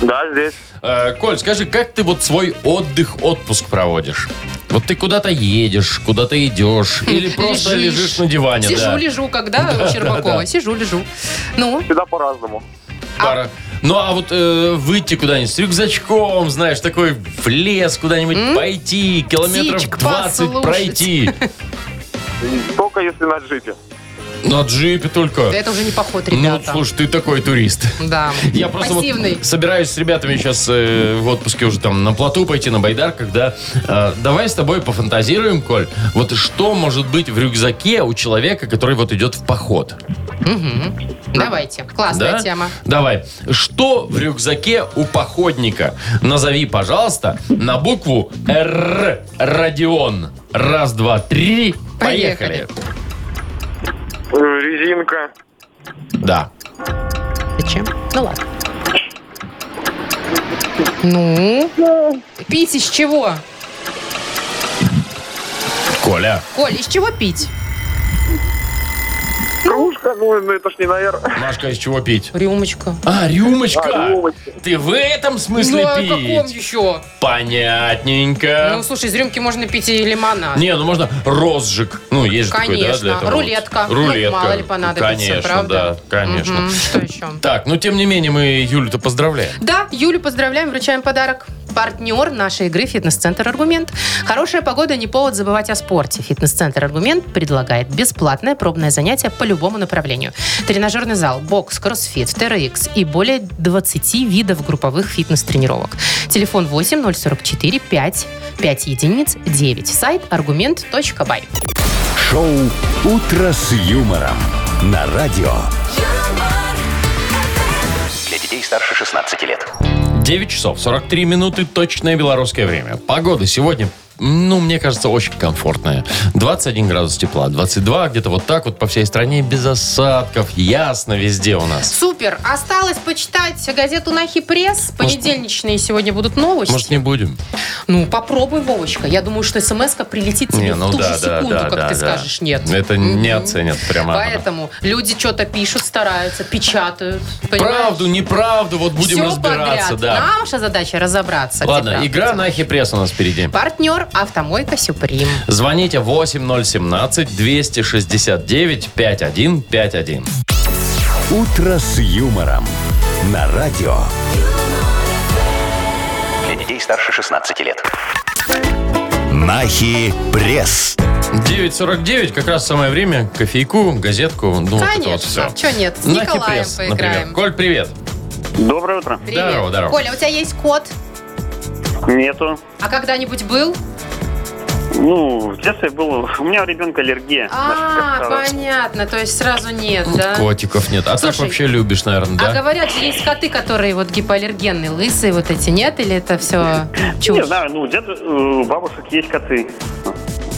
Speaker 7: Да, здесь.
Speaker 2: Э, Коль, скажи, как ты вот свой отдых, отпуск проводишь? Вот ты куда-то едешь, куда-то идешь, или просто
Speaker 3: Хм, Лежишь.
Speaker 2: лежишь на диване,
Speaker 3: Сижу,
Speaker 2: А да.
Speaker 3: лежу, когда у Щербакова.
Speaker 2: да, да.
Speaker 3: Сижу, лежу. Ну,
Speaker 7: Всегда по-разному.
Speaker 2: Пара. Ну, а вот э, выйти куда-нибудь с рюкзачком, знаешь, такой в лес куда-нибудь пойти, километров
Speaker 3: Птичек
Speaker 2: 20
Speaker 3: послушать.
Speaker 2: пройти.
Speaker 7: Только если Э, на джипе.
Speaker 2: На джипе только.
Speaker 3: это уже не поход,
Speaker 2: Ну,
Speaker 3: ребята.
Speaker 2: слушай, ты такой турист.
Speaker 3: да.
Speaker 2: Я просто вот
Speaker 3: Пассивный.
Speaker 2: собираюсь с ребятами сейчас в отпуске уже там на плоту пойти, на байдар, когда э, давай с тобой пофантазируем, Коль, вот что может быть в рюкзаке у человека, который вот идет в поход?
Speaker 3: Давайте. Классная
Speaker 2: Да?
Speaker 3: тема.
Speaker 2: Давай. Что в рюкзаке у походника? Назови, пожалуйста, на букву Р. Родион. Раз, два, три. Поехали.
Speaker 3: Поехали.
Speaker 7: Резинка.
Speaker 2: Да.
Speaker 3: Зачем? Ну ладно. Ну? Пить из чего?
Speaker 2: Коля.
Speaker 3: Коль, из чего пить?
Speaker 7: Кружка? Ну, ну это ж не на «Р».
Speaker 2: Машка, из чего пить?
Speaker 3: Рюмочка.
Speaker 2: А, рюмочка.
Speaker 7: А, рюмочка.
Speaker 2: Ты в этом
Speaker 3: Ну,
Speaker 2: смысле
Speaker 3: а в каком
Speaker 2: пить?
Speaker 3: еще?
Speaker 2: Понятненько.
Speaker 3: Ну, слушай, из рюмки можно пить и лимонад.
Speaker 2: не, ну можно розжиг. Ну, есть же такой, да,
Speaker 3: Конечно.
Speaker 2: для этого.
Speaker 3: Рулетка.
Speaker 2: Вот. Рулетка.
Speaker 3: Ну, мало ли понадобится,
Speaker 2: Конечно,
Speaker 3: правда?
Speaker 2: да, конечно.
Speaker 3: Мгм. Что еще?
Speaker 2: Так, ну, тем не менее, мы Юлю-то поздравляем.
Speaker 3: Да, Юлю поздравляем, вручаем подарок. Партнер нашей игры «Фитнес-центр Аргумент». Хорошая погода – не повод забывать о спорте. «Фитнес-центр Аргумент» предлагает бесплатное пробное занятие по любому направлению. Тренажерный зал, бокс, кроссфит, TRX и более 20 видов групповых фитнес-тренировок. Телефон 8 044 5 5 единиц 9. Сайт аргумент.бай.
Speaker 1: Шоу «Утро с юмором» на радио.
Speaker 4: Для детей старше 16 лет.
Speaker 2: 9 часов 43 минуты, точное белорусское время. Погода сегодня, ну, мне кажется, очень комфортная. 21 градус тепла, 22, где-то вот так вот по всей стране, без осадков, ясно везде у нас.
Speaker 3: Супер! Осталось почитать газету «Нахи Пресс». Понедельничные сегодня будут новости.
Speaker 2: Может, не будем?
Speaker 3: Ну, попробуй, Вовочка. Я думаю, что смс-ка прилетит тебе
Speaker 2: не, ну
Speaker 3: в ту
Speaker 2: да,
Speaker 3: же секунду,
Speaker 2: да, да,
Speaker 3: как
Speaker 2: да,
Speaker 3: ты
Speaker 2: да.
Speaker 3: скажешь «нет».
Speaker 2: Это не
Speaker 3: Мгм.
Speaker 2: оценят прямо.
Speaker 3: Поэтому люди что-то пишут, стараются, печатают. понимаешь?
Speaker 2: Правду, неправду, вот будем
Speaker 3: Всё
Speaker 2: разбираться,
Speaker 3: подряд. типа,
Speaker 2: да.
Speaker 3: Наша задача разобраться. где
Speaker 2: Ладно,
Speaker 3: правда.
Speaker 2: игра на хипресс у нас впереди.
Speaker 3: Партнер «Автомойка Сюприм».
Speaker 2: Звоните 8017-269-5151.
Speaker 1: «Утро с юмором» на радио.
Speaker 4: Для детей старше 16 лет.
Speaker 1: Нахи пресс.
Speaker 2: 9.49, как раз самое время. Кофейку, газетку, ну вот это вот
Speaker 3: Конечно.
Speaker 2: все.
Speaker 3: А чё нет? С Николаем поиграем.
Speaker 2: например. Коль, привет.
Speaker 5: Доброе утро.
Speaker 3: Привет.
Speaker 2: Здорово, здорово.
Speaker 3: Коля, у тебя есть кот?
Speaker 5: Нету.
Speaker 3: А когда-нибудь был?
Speaker 5: Ну, в детстве было... У меня у ребенка аллергия.
Speaker 3: А, понятно. То есть сразу нет, да?
Speaker 2: Котиков нет. А так
Speaker 3: Слушай,
Speaker 2: вообще любишь, наверное,
Speaker 3: А
Speaker 2: да?
Speaker 3: говорят же, есть коты, которые вот гипоаллергенные, лысые вот эти, нет? Или это все
Speaker 5: Не
Speaker 3: чушь?
Speaker 5: знаю, ну, у дед, у бабушек есть коты.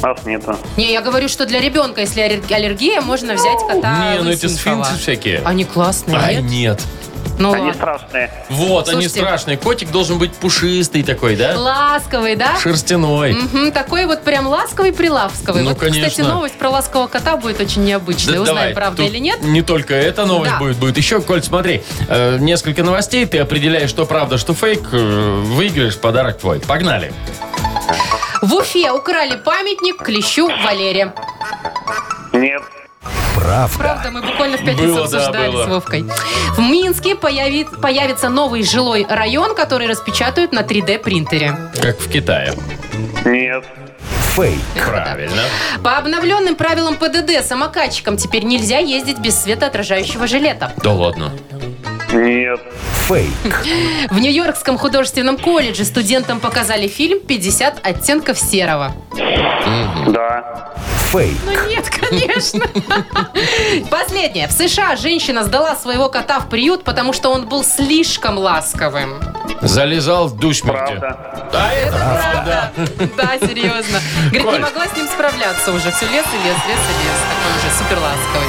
Speaker 5: Нас нету.
Speaker 3: Не, я говорю, что для ребенка, если аллер- аллергия, можно взять кота
Speaker 2: Не, ну эти
Speaker 3: лысенького.
Speaker 2: сфинксы всякие.
Speaker 3: Они классные,
Speaker 2: Ай,
Speaker 3: а, нет?
Speaker 2: нет.
Speaker 3: Ну
Speaker 5: Они
Speaker 3: ладно.
Speaker 5: страшные.
Speaker 2: Вот, они
Speaker 3: Слушайте.
Speaker 2: страшные. Котик должен быть пушистый такой, да?
Speaker 3: Ласковый, да?
Speaker 2: Шерстяной.
Speaker 3: Мгм, такой вот прям ласковый-приласковый.
Speaker 2: Ну,
Speaker 3: вот, кстати,
Speaker 2: конечно.
Speaker 3: новость про ласкового кота будет очень необычная.
Speaker 2: Да
Speaker 3: Узнаем,
Speaker 2: давай,
Speaker 3: правда
Speaker 2: тут
Speaker 3: или нет.
Speaker 2: Не только эта новость
Speaker 3: Да.
Speaker 2: будет, будет еще. Коль, смотри, э, несколько новостей, ты определяешь, что правда, что фейк, э, выиграешь подарок твой. Погнали.
Speaker 3: В Уфе украли памятник клещу Валере.
Speaker 5: Нет.
Speaker 3: Правда, мы буквально в пятницу
Speaker 2: Было, да,
Speaker 3: обсуждали
Speaker 2: было.
Speaker 3: с Вовкой. В Минске появи- появится новый жилой район, который распечатают на 3D-принтере.
Speaker 2: Как в Китае.
Speaker 5: Нет.
Speaker 1: Фейк.
Speaker 2: Правильно.
Speaker 3: По обновленным правилам ПДД самокатчикам теперь нельзя ездить без светоотражающего жилета.
Speaker 2: Да ладно.
Speaker 5: Нет.
Speaker 1: Фейк.
Speaker 3: В Нью-Йоркском художественном колледже студентам показали фильм «50 оттенков серого».
Speaker 5: Да.
Speaker 1: Фейк.
Speaker 3: Ну нет, конечно. Последнее. В США женщина сдала своего кота в приют, потому что он был слишком ласковым.
Speaker 2: Залезал в душ
Speaker 5: Правда.
Speaker 2: Да, это правда.
Speaker 3: Да, серьезно. Говорит, не
Speaker 2: Коль.
Speaker 3: могла с ним справляться уже. Все лес и лес, лес и лес. Такой уже супер ласковый.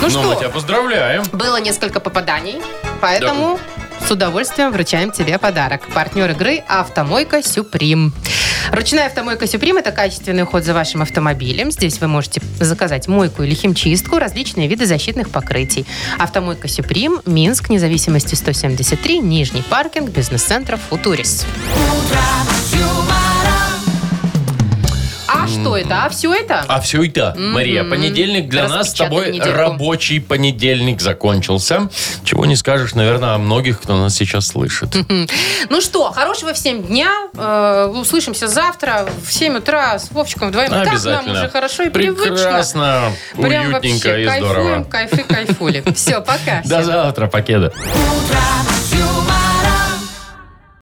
Speaker 3: Ну
Speaker 2: Ну, мы тебя
Speaker 3: что,
Speaker 2: поздравляем.
Speaker 3: было несколько попаданий, поэтому с удовольствием вручаем тебе подарок. Партнер игры «Автомойка Сюприм». Ручная автомойка «Сюприм» – это качественный уход за вашим автомобилем. Здесь вы можете заказать мойку или химчистку, различные виды защитных покрытий. Автомойка «Сюприм», Минск, независимости 173, Нижний паркинг, бизнес-центр «Футурис». А что это? А все это?
Speaker 2: А все это, Мария, понедельник для нас с тобой
Speaker 3: Распечатать недельку.
Speaker 2: рабочий понедельник закончился. Чего не скажешь, наверное, о многих, кто нас сейчас слышит.
Speaker 3: Ну что, хорошего всем дня. Э, услышимся завтра в 7 утра с Вовчиком вдвоем. Так Ну, нам
Speaker 2: Обязательно.
Speaker 3: уже хорошо и привычно.
Speaker 2: Прекрасно,
Speaker 3: Прям
Speaker 2: уютненько
Speaker 3: вообще
Speaker 2: и
Speaker 3: кайфуем,
Speaker 2: здорово.
Speaker 3: кайфы, кайфули. Все, пока.
Speaker 2: До
Speaker 3: всем.
Speaker 2: завтра, покеда.
Speaker 9: Утро